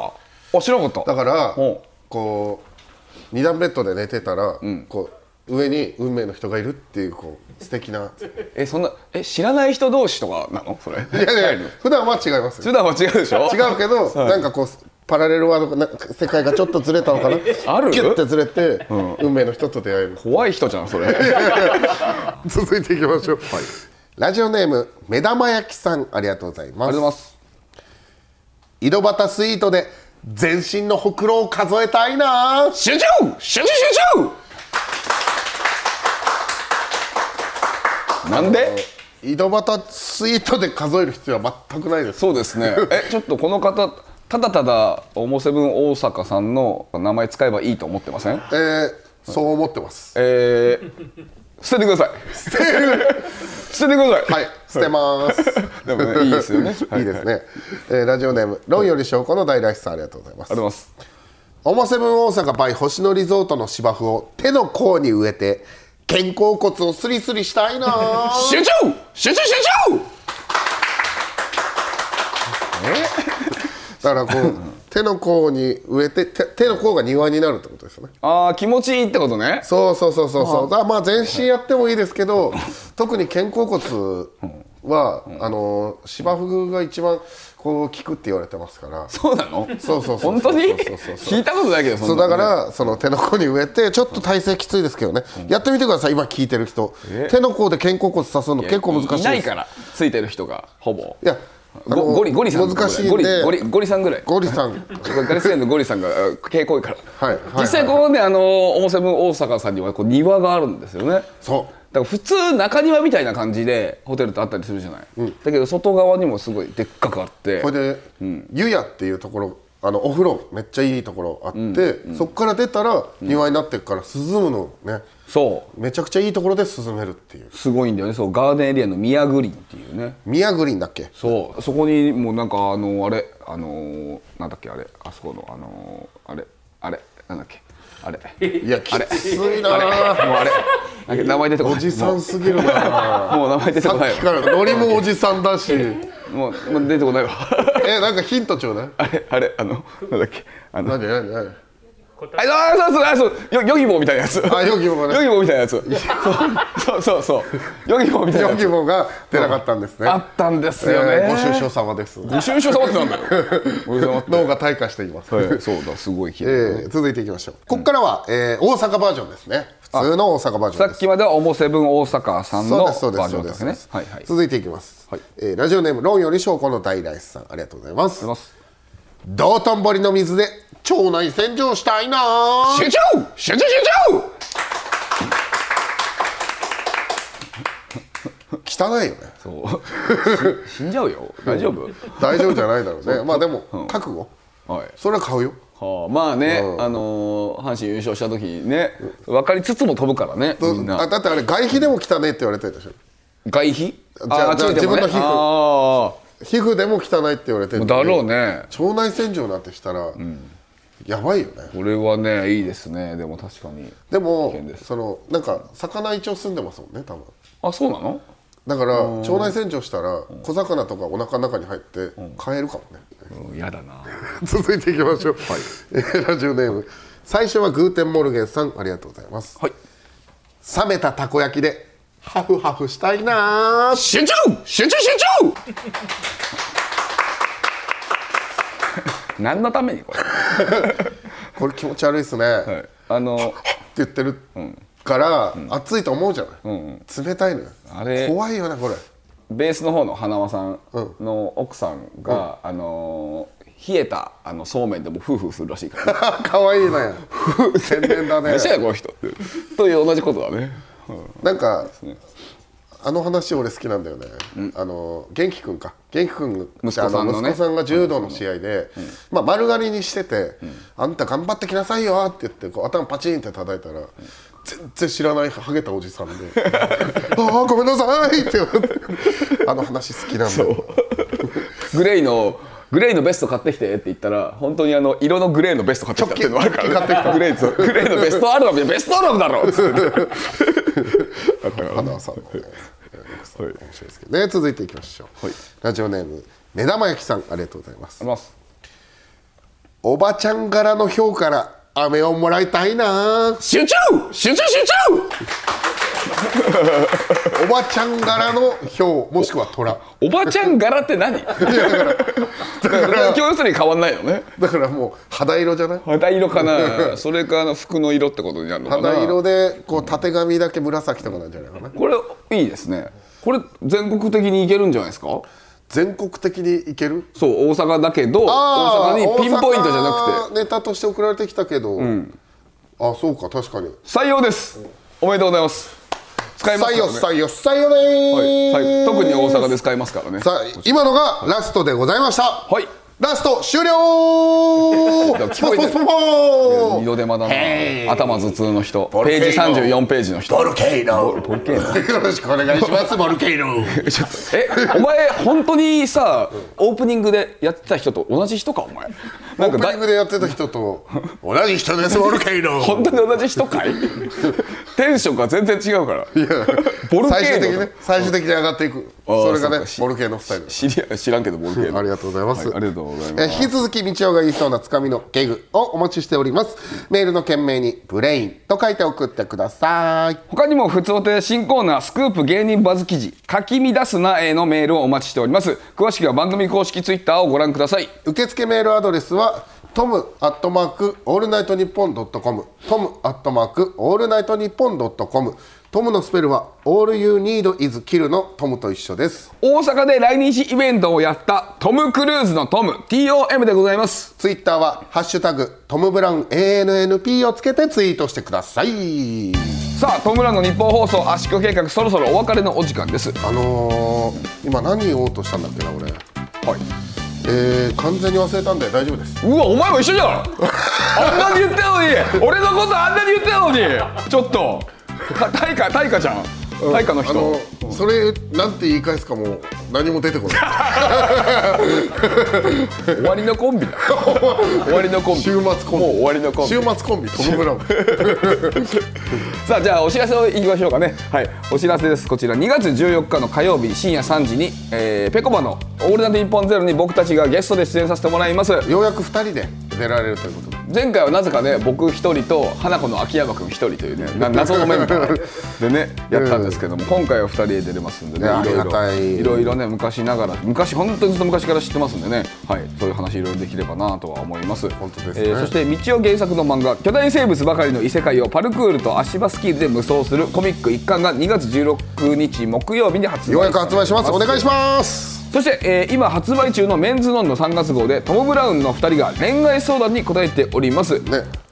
S2: あ知らなかった
S1: だから
S2: うん
S1: こう二段ベッドで寝てたら、こう上に運命の人がいるっていうこう素敵 な
S2: えそんなえ知らない人同士とかなのそれ
S1: いやいや普段は違います
S2: 普
S1: よ
S2: 段は違うでしょ
S1: 違うけどなんかこうパラレルワードがなんか世界がちょっとずれたのかな
S2: ある
S1: キュッてずれて、運命の人と出会える
S2: 怖い人じゃんそれ
S1: 続いていきましょう、ラジオネーム目玉焼きさんありがとうございます
S2: ます
S1: 井戸端スイートで全身のほくろを数えたいな
S2: 集中集中集中なんで
S1: 井戸端スイートで数える必要は全くないです
S2: そうですね えちょっとこの方ただただ「おもせぶん大阪」さんの名前使えばいいと思ってません
S1: えー、そう思ってます
S2: えー、捨ててください捨て てください
S1: はい捨てます
S2: でもねいいですよね
S1: いいですね、えーラジオネーム論より証拠の大来さんありがとうございます
S2: ありがとうございます
S1: オモセブン大阪 by 星野リゾートの芝生を手の甲に植えて肩甲骨をスリスリしたいな
S2: 集中集中集中
S1: だからこう手の甲に植えて手手の甲が庭になるってことですよね
S2: ああ気持ちいいってことね
S1: そうそうそうそうそうだからまあ全身やってもいいですけど特に肩甲骨は、あの芝生が一番こう効くって言われてますから
S2: そうなの
S1: そうそうそう
S2: 本当に
S1: そうそうそうそう
S2: 聞いたことないけど
S1: そ
S2: ん
S1: う
S2: な
S1: だ
S2: のね
S1: からその手の甲に植えてちょっと体勢きついですけどね、やってみてください今聞いてる人
S2: え
S1: 手の甲で肩甲骨刺すの結構難しいです
S2: いないからついてる人がほぼ
S1: いやあの
S2: ゴゴリゴリさん
S1: 難しい
S2: ゴ
S1: ん
S2: リ
S1: で
S2: ゴリゴリさんぐらい
S1: ゴリさん
S2: ガレスレンのゴリさんがあ傾向いいから、
S1: はいはい
S2: 実際こうねあのオモセブン大阪さんにはこう庭があるんですよね
S1: そう
S2: だから普通中庭みたいな感じでホテルとあったりするじゃない、だけど外側にもすごいでっかくあって
S1: これで、湯屋っていうところあのお風呂めっちゃいいところあって、そこから出たら庭になってるから涼むのね
S2: そう
S1: めちゃくちゃいいところで涼めるっていう
S2: すごいんだよねそうガーデンエリアのミヤグリーンっていうね
S1: 宮グリーンだっけ
S2: そうそこにもうなんかあのあれあのなんだっけあれあそこのあのあれあれなんだっけあれ
S1: いやき
S2: あれ
S1: ついな
S2: もうあれなんか名前出てこ
S1: お
S2: ない
S1: じさ
S2: も
S1: んすぎるな
S2: うもう名前出て
S1: さ
S2: こな
S1: っ
S2: い
S1: き
S2: わ
S1: からノリもおじさんだし
S2: もうもう出てこないわ
S1: えなんかヒントちょうだい
S2: あれあれあのなんだっけあの
S1: 何何何
S2: あそうそうあそうヨヨギボーみたいなやつ
S1: あヨギボーね
S2: ヨギボーみたいなやつそうそうそうそうヨギボーみたいな
S1: ヨ
S2: や
S1: ギ
S2: つ
S1: ボが出なかったんですね
S2: あったんですよ
S1: え
S2: ね
S1: ーご愁傷様です
S2: ご愁傷様ってなんだよご愁傷様って
S1: 脳が退化しています、
S2: はいそうだすごい綺麗、
S1: えー続いていきましょうここからは、えー大阪バージョンですね普通の大阪バージョ
S2: さ
S1: ンで
S2: っ
S1: す
S2: きまではオモセブン大阪さんの
S1: そう
S2: バ
S1: ですそうです
S2: ー
S1: そ
S2: ジョ
S1: う
S2: ン
S1: で
S2: です
S1: そ
S2: す
S1: う
S2: ね
S1: です
S2: はいはい
S1: 続いていきます、
S2: はい
S1: えーラジオネーム論より証拠の大ライスさんありがとうございます
S2: 出ます
S1: 道頓堀の水で町内洗浄したいな
S2: 集
S1: あ
S2: 中集中集中
S1: 汚いよね
S2: そうし 死んじゃうよ大丈夫
S1: 大丈夫じゃないだろうねまあでも覚悟
S2: はい
S1: それは買うよ
S2: はあ、まあね、あのー阪神優勝した時にね分かりつつも飛ぶからねみん
S1: あ
S2: な
S1: だってあれ外皮でも汚いって言われてるでしょ
S2: 外皮
S1: じゃあじゃあ
S2: でも
S1: 自分
S2: ね
S1: の皮膚
S2: あ
S1: 皮膚でも汚いって言われてる
S2: あ
S1: んで
S2: だろうね
S1: 腸内洗浄なんてしたら、やばいよね
S2: これはねいいですねでも確かに
S1: でも
S2: 険です
S1: そのなんか魚一応住んでますもんね多分
S2: あそうなの
S1: だから腸内洗浄したら小魚とかお腹の中に入って買えるかもね、
S2: うんやだな
S1: 続いていきましょう、えー ラジオネーム最初はグーテンモルゲンさんありがとうございます、
S2: はい
S1: 冷めたたこ焼きでハフハフしたいなー
S2: 集中集中集中何のためにこれ、
S1: これ気持ち悪いですね、っ
S2: はい、あの
S1: て言ってるから、暑いと思うじゃない、
S2: ん
S1: 冷たいのよ
S2: あれ
S1: 怖いよねこれ
S2: ベースの方の花輪さんの奥さんが、あのー冷えたあのそうめんでもフーフーするらしいから、 ね、
S1: 可愛い ね天然だね
S2: 何してんだこの人ってという同じことだね
S1: なんかあの話俺好きなんだよね、あの元気くんか元気くん
S2: 息子さんのね
S1: あ息子さんが柔道の試合で、まあ、丸刈りにしてて、あんた頑張ってきなさいよ」って言ってこう頭パチンって叩いたら、全然知らないハゲたおじ さんで「ああごめんなさい」って言われてあの話好きなんだよ
S2: グレーのグレーのベスト買ってきてって言ったら本当にあの色のグレーのベスト買ってきたっていうのがあるから、ね、グレーとグレーのベストアルバムでベストアルバムだろっつって
S1: 花輪さんのね奥さん面白いですけどね続いていきましょう、ラジオネーム目玉焼きさんありがとうございますおばちゃん柄の票から飴をもらいたいな
S2: 集中集中集中
S1: おばちゃん柄の票もしくは虎
S2: おばちゃん柄って何だから 今日要に変わんないよね
S1: だからもう肌色じゃない
S2: 肌色かなそれかあの服の色ってことになるのかな
S1: 肌色でこう縦髪だけ紫とかなんじゃないかな
S2: これいいですねこれ全国的にいけるんじゃないですか
S1: 全国的にいける
S2: そう大阪だけど大阪にピンポイントじゃなくて
S1: てネタとして送られてきたけど、あそうか確かに
S2: 採用ですおめでとうございます使いま
S1: 採
S2: すか
S1: 用
S2: ら
S1: 採
S2: ね
S1: 用採用で
S2: はい、はい
S1: ーす、
S2: 特に大阪で使いますからね
S1: さあ今のがラストでございましたはいラスト終了
S2: 聞こえてる
S1: ポンポンポンポン
S2: 二度手間だな頭頭痛の人ページ34ページの人
S1: ボルケイノよろしくお願いしますボルケイノ
S2: ちょっとえお前本当にさオープニングでやってた人と同じ人か お前なん
S1: オー
S2: か
S1: プ
S2: だ
S1: ニングでやってた人と同じ人ですボルケイ ノ
S2: 本当に同じ人か いテンションが全然違うか
S1: い
S2: ら
S1: や
S2: ボルケーノ
S1: 最終的にね最終的に上がっていく
S2: ああ
S1: それが
S2: う
S1: ね
S2: かし
S1: ボルケーノスタイルです
S2: 知り合い知らんけどボルケーノ
S1: ありがとうございます、
S2: はありがとうござい
S1: え
S2: ま
S1: ー引き
S2: す
S1: 続き道夫が言いそうなつかみのゲグをお待ちしておりますメールの件名に「ブレイン」と書いて送ってください
S2: 他にも普通お手新コーナースクープ芸人バズ記事書き乱すなへのメールをお待ちしております詳しくは番組公式ツイッターをご覧ください
S1: 受付メールアドレスはトムアットマークオールナイトニッポンドットコムトムアットマークオールナイトニッポンドットコムトムのスペルは All you need is kill のトムと一緒です
S2: 大阪で来日イベントをやったトム・クルーズのトム TOM でございます
S1: ツイッターはハッシュタグトムブラウン ANNP をつけてツイートしてください
S2: さあトムランの日本放送圧縮計画そろそろお別れのお時間です
S1: あのー、今何言おうとしたんだっけな俺
S2: はい
S1: えー、完全に忘れたんで大丈夫です
S2: うわお前も一緒じゃ んあんなに言ったのに俺のことあんなに言ったのにちょっとたタイカタイカちゃんタイカの人
S1: あのそれなんて言い返すかもう何も出 てこない
S2: 終わりのコンビだ終わりのコンビ
S1: 週末コンビ
S2: もう終わりのコンビ
S1: 週末コンビトムブ ラウン
S2: さあじゃあお知らせをいきましょうかねはいお知らせですこちら2月14日の火曜日深夜3時に、えー、ペコバの「オールナイトニッポンゼロに僕たちがゲストで出演させてもらいます
S1: ようやく2人で出られるということで
S2: 前回はなぜかね僕一人と花子の秋山君一人というねな謎のメンバー でねやったんですけども今回は二人で出れますんでね
S1: いや
S2: い
S1: あ
S2: ろい
S1: りがた
S2: ろ
S1: い
S2: いろいろね昔ながら昔本当にずっと昔から知ってますんでねはいそういう話いろいろできればなとは思います
S1: 本当ですね
S2: えーそして道を原作の漫画巨大生物ばかりの異世界をパルクールと足場スキーで無双するコミック一巻が2月16日木曜日に発売
S1: ようやく発売します。お願い
S2: し
S1: します。
S2: そして、えー今発売中のメンズノンの3月号でトム・ブラウンの2人が恋愛相談に答えております
S1: ね、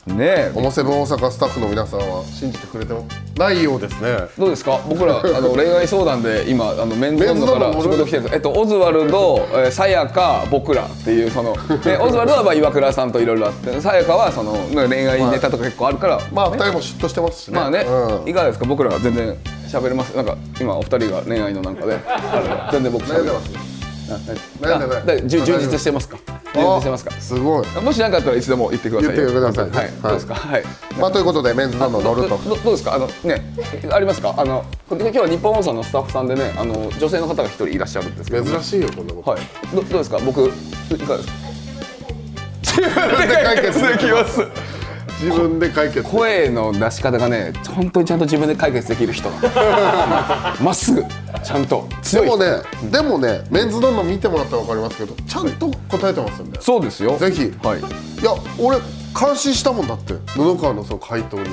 S2: ねえ
S1: おもせぶ大阪スタッフの皆さんは信じてくれてないようですね。
S2: どうですか僕らあの恋愛相談で今あのメンズ
S1: メ
S2: ノ
S1: ンズノン
S2: ンド
S1: ノ
S2: から
S1: も
S2: 仕事来てるんですえっとオズワルドえーさやか僕らっていうその、 ね、オズワルドはまあ岩倉さんといろいろあってさやかはそのね恋愛ネタとか結構あるから、
S1: まあ、二
S2: ね
S1: 人も嫉妬してますしね。
S2: まあね、
S1: うん
S2: いかがですか僕らは全然喋れますなんか今お二人が恋愛のなんかであれ全然僕
S1: 悩ん
S2: 喋
S1: でま
S2: れますす
S1: よ。悩んで
S2: あ
S1: ない
S2: だじゅ充実してますか充実してますか
S1: すごい。
S2: もし何かあったらいつでも言ってくださいよ
S1: 言ってくださいね
S2: はい、
S1: はい
S2: どうですかはい
S1: まあ、ということで、メンズなの乗ると
S2: ど。どどうですかあのねありますかあのこ今日は日本放送のスタッフさんでねあの女性の方が一人いらっしゃるんですけど
S1: 珍しいよ、こんなこと。
S2: はいどどうですか僕いかがですか自分で
S1: 解
S2: 解
S1: 決
S2: 決
S1: で
S2: で
S1: き
S2: き
S1: ま
S2: ます
S1: 自分で解決。
S2: 声の出し方がね本当にちゃんと自分で解決できる 人なのまっすぐちゃんと
S1: で
S2: 強い
S1: もね、でもね、メンズどんどん見てもらったらわかりますけど、ちゃんと答えてますんで。
S2: そうですよ
S1: ぜひ
S2: はい
S1: いや、俺、感心したもんだって、布川のその回答に。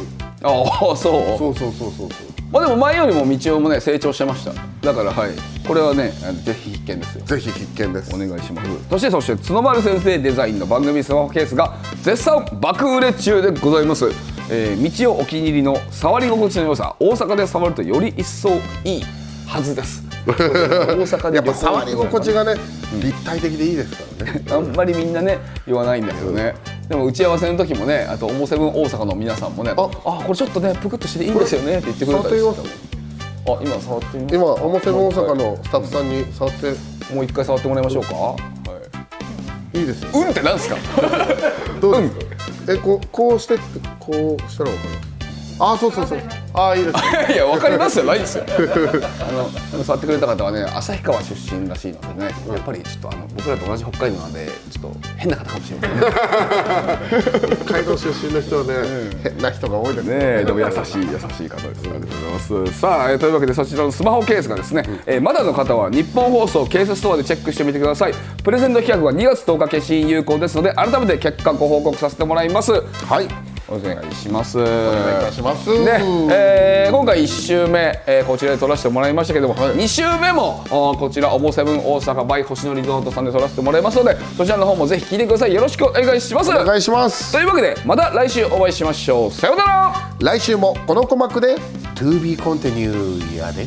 S2: ああそ
S1: そ
S2: う
S1: うそうそうそうそう。
S2: まあでも前よりも道夫もね成長してましただからはいこれはねあのぜひ必見ですよ
S1: ぜひ必見です。
S2: お願いしますそしてそして角丸先生デザインの番組スマホケースが絶賛爆売れ中でございます、えー道をお気に入りの触り心地の良さ大阪で触るとより一層いいはずです 大阪で
S1: やっぱ触り心地がね、立体的でいいですからね。
S2: あんまりみんなね言わないんだけどねでも打ち合わせの時もねあと「オモセブン大阪」の皆さんもね「あこれちょっとねぷくっとしてていいんですよね」って言ってくれたりしてたもんあ今触ってみます
S1: 今表大阪のスタッフさんに触って
S2: もう一回触ってもらいましょうか、はい
S1: いいですよ
S2: うんってなんですか
S1: どうですかえこうこうしてってこうしたらわかるあそうそうそうああいいです
S2: いやいやわかりますじゃないですよあの触ってくれた方はね旭川出身らしいのでねやっぱりちょっとあの僕らと同じ北海道なんでちょっと変な方かもしれませんねね
S1: 北海道出身の人はね、変な人が多いですね
S2: えでも優しい優しい方ですありがとうございますさあえーというわけでそちらのスマホケースがですね、えーまだの方は日本放送ケースストアでチェックしてみてくださいプレゼント企画は2月10日消印有効ですので改めて結果ご報告させてもらいますはいお願いしますお
S1: お願いいたします、
S2: ねえー今回1週目、えーこちらで撮らせてもらいましたけども、
S1: はい
S2: 2週目もあーこちら「オモセブン大阪 by 星野リゾート」さんで撮らせてもらいますのでそちらの方もぜひ聞いてくださいよろしくお願いします
S1: お願いします
S2: というわけでまた来週お会いしましょうさようなら
S1: 来週もこの鼓膜で To be continued やで、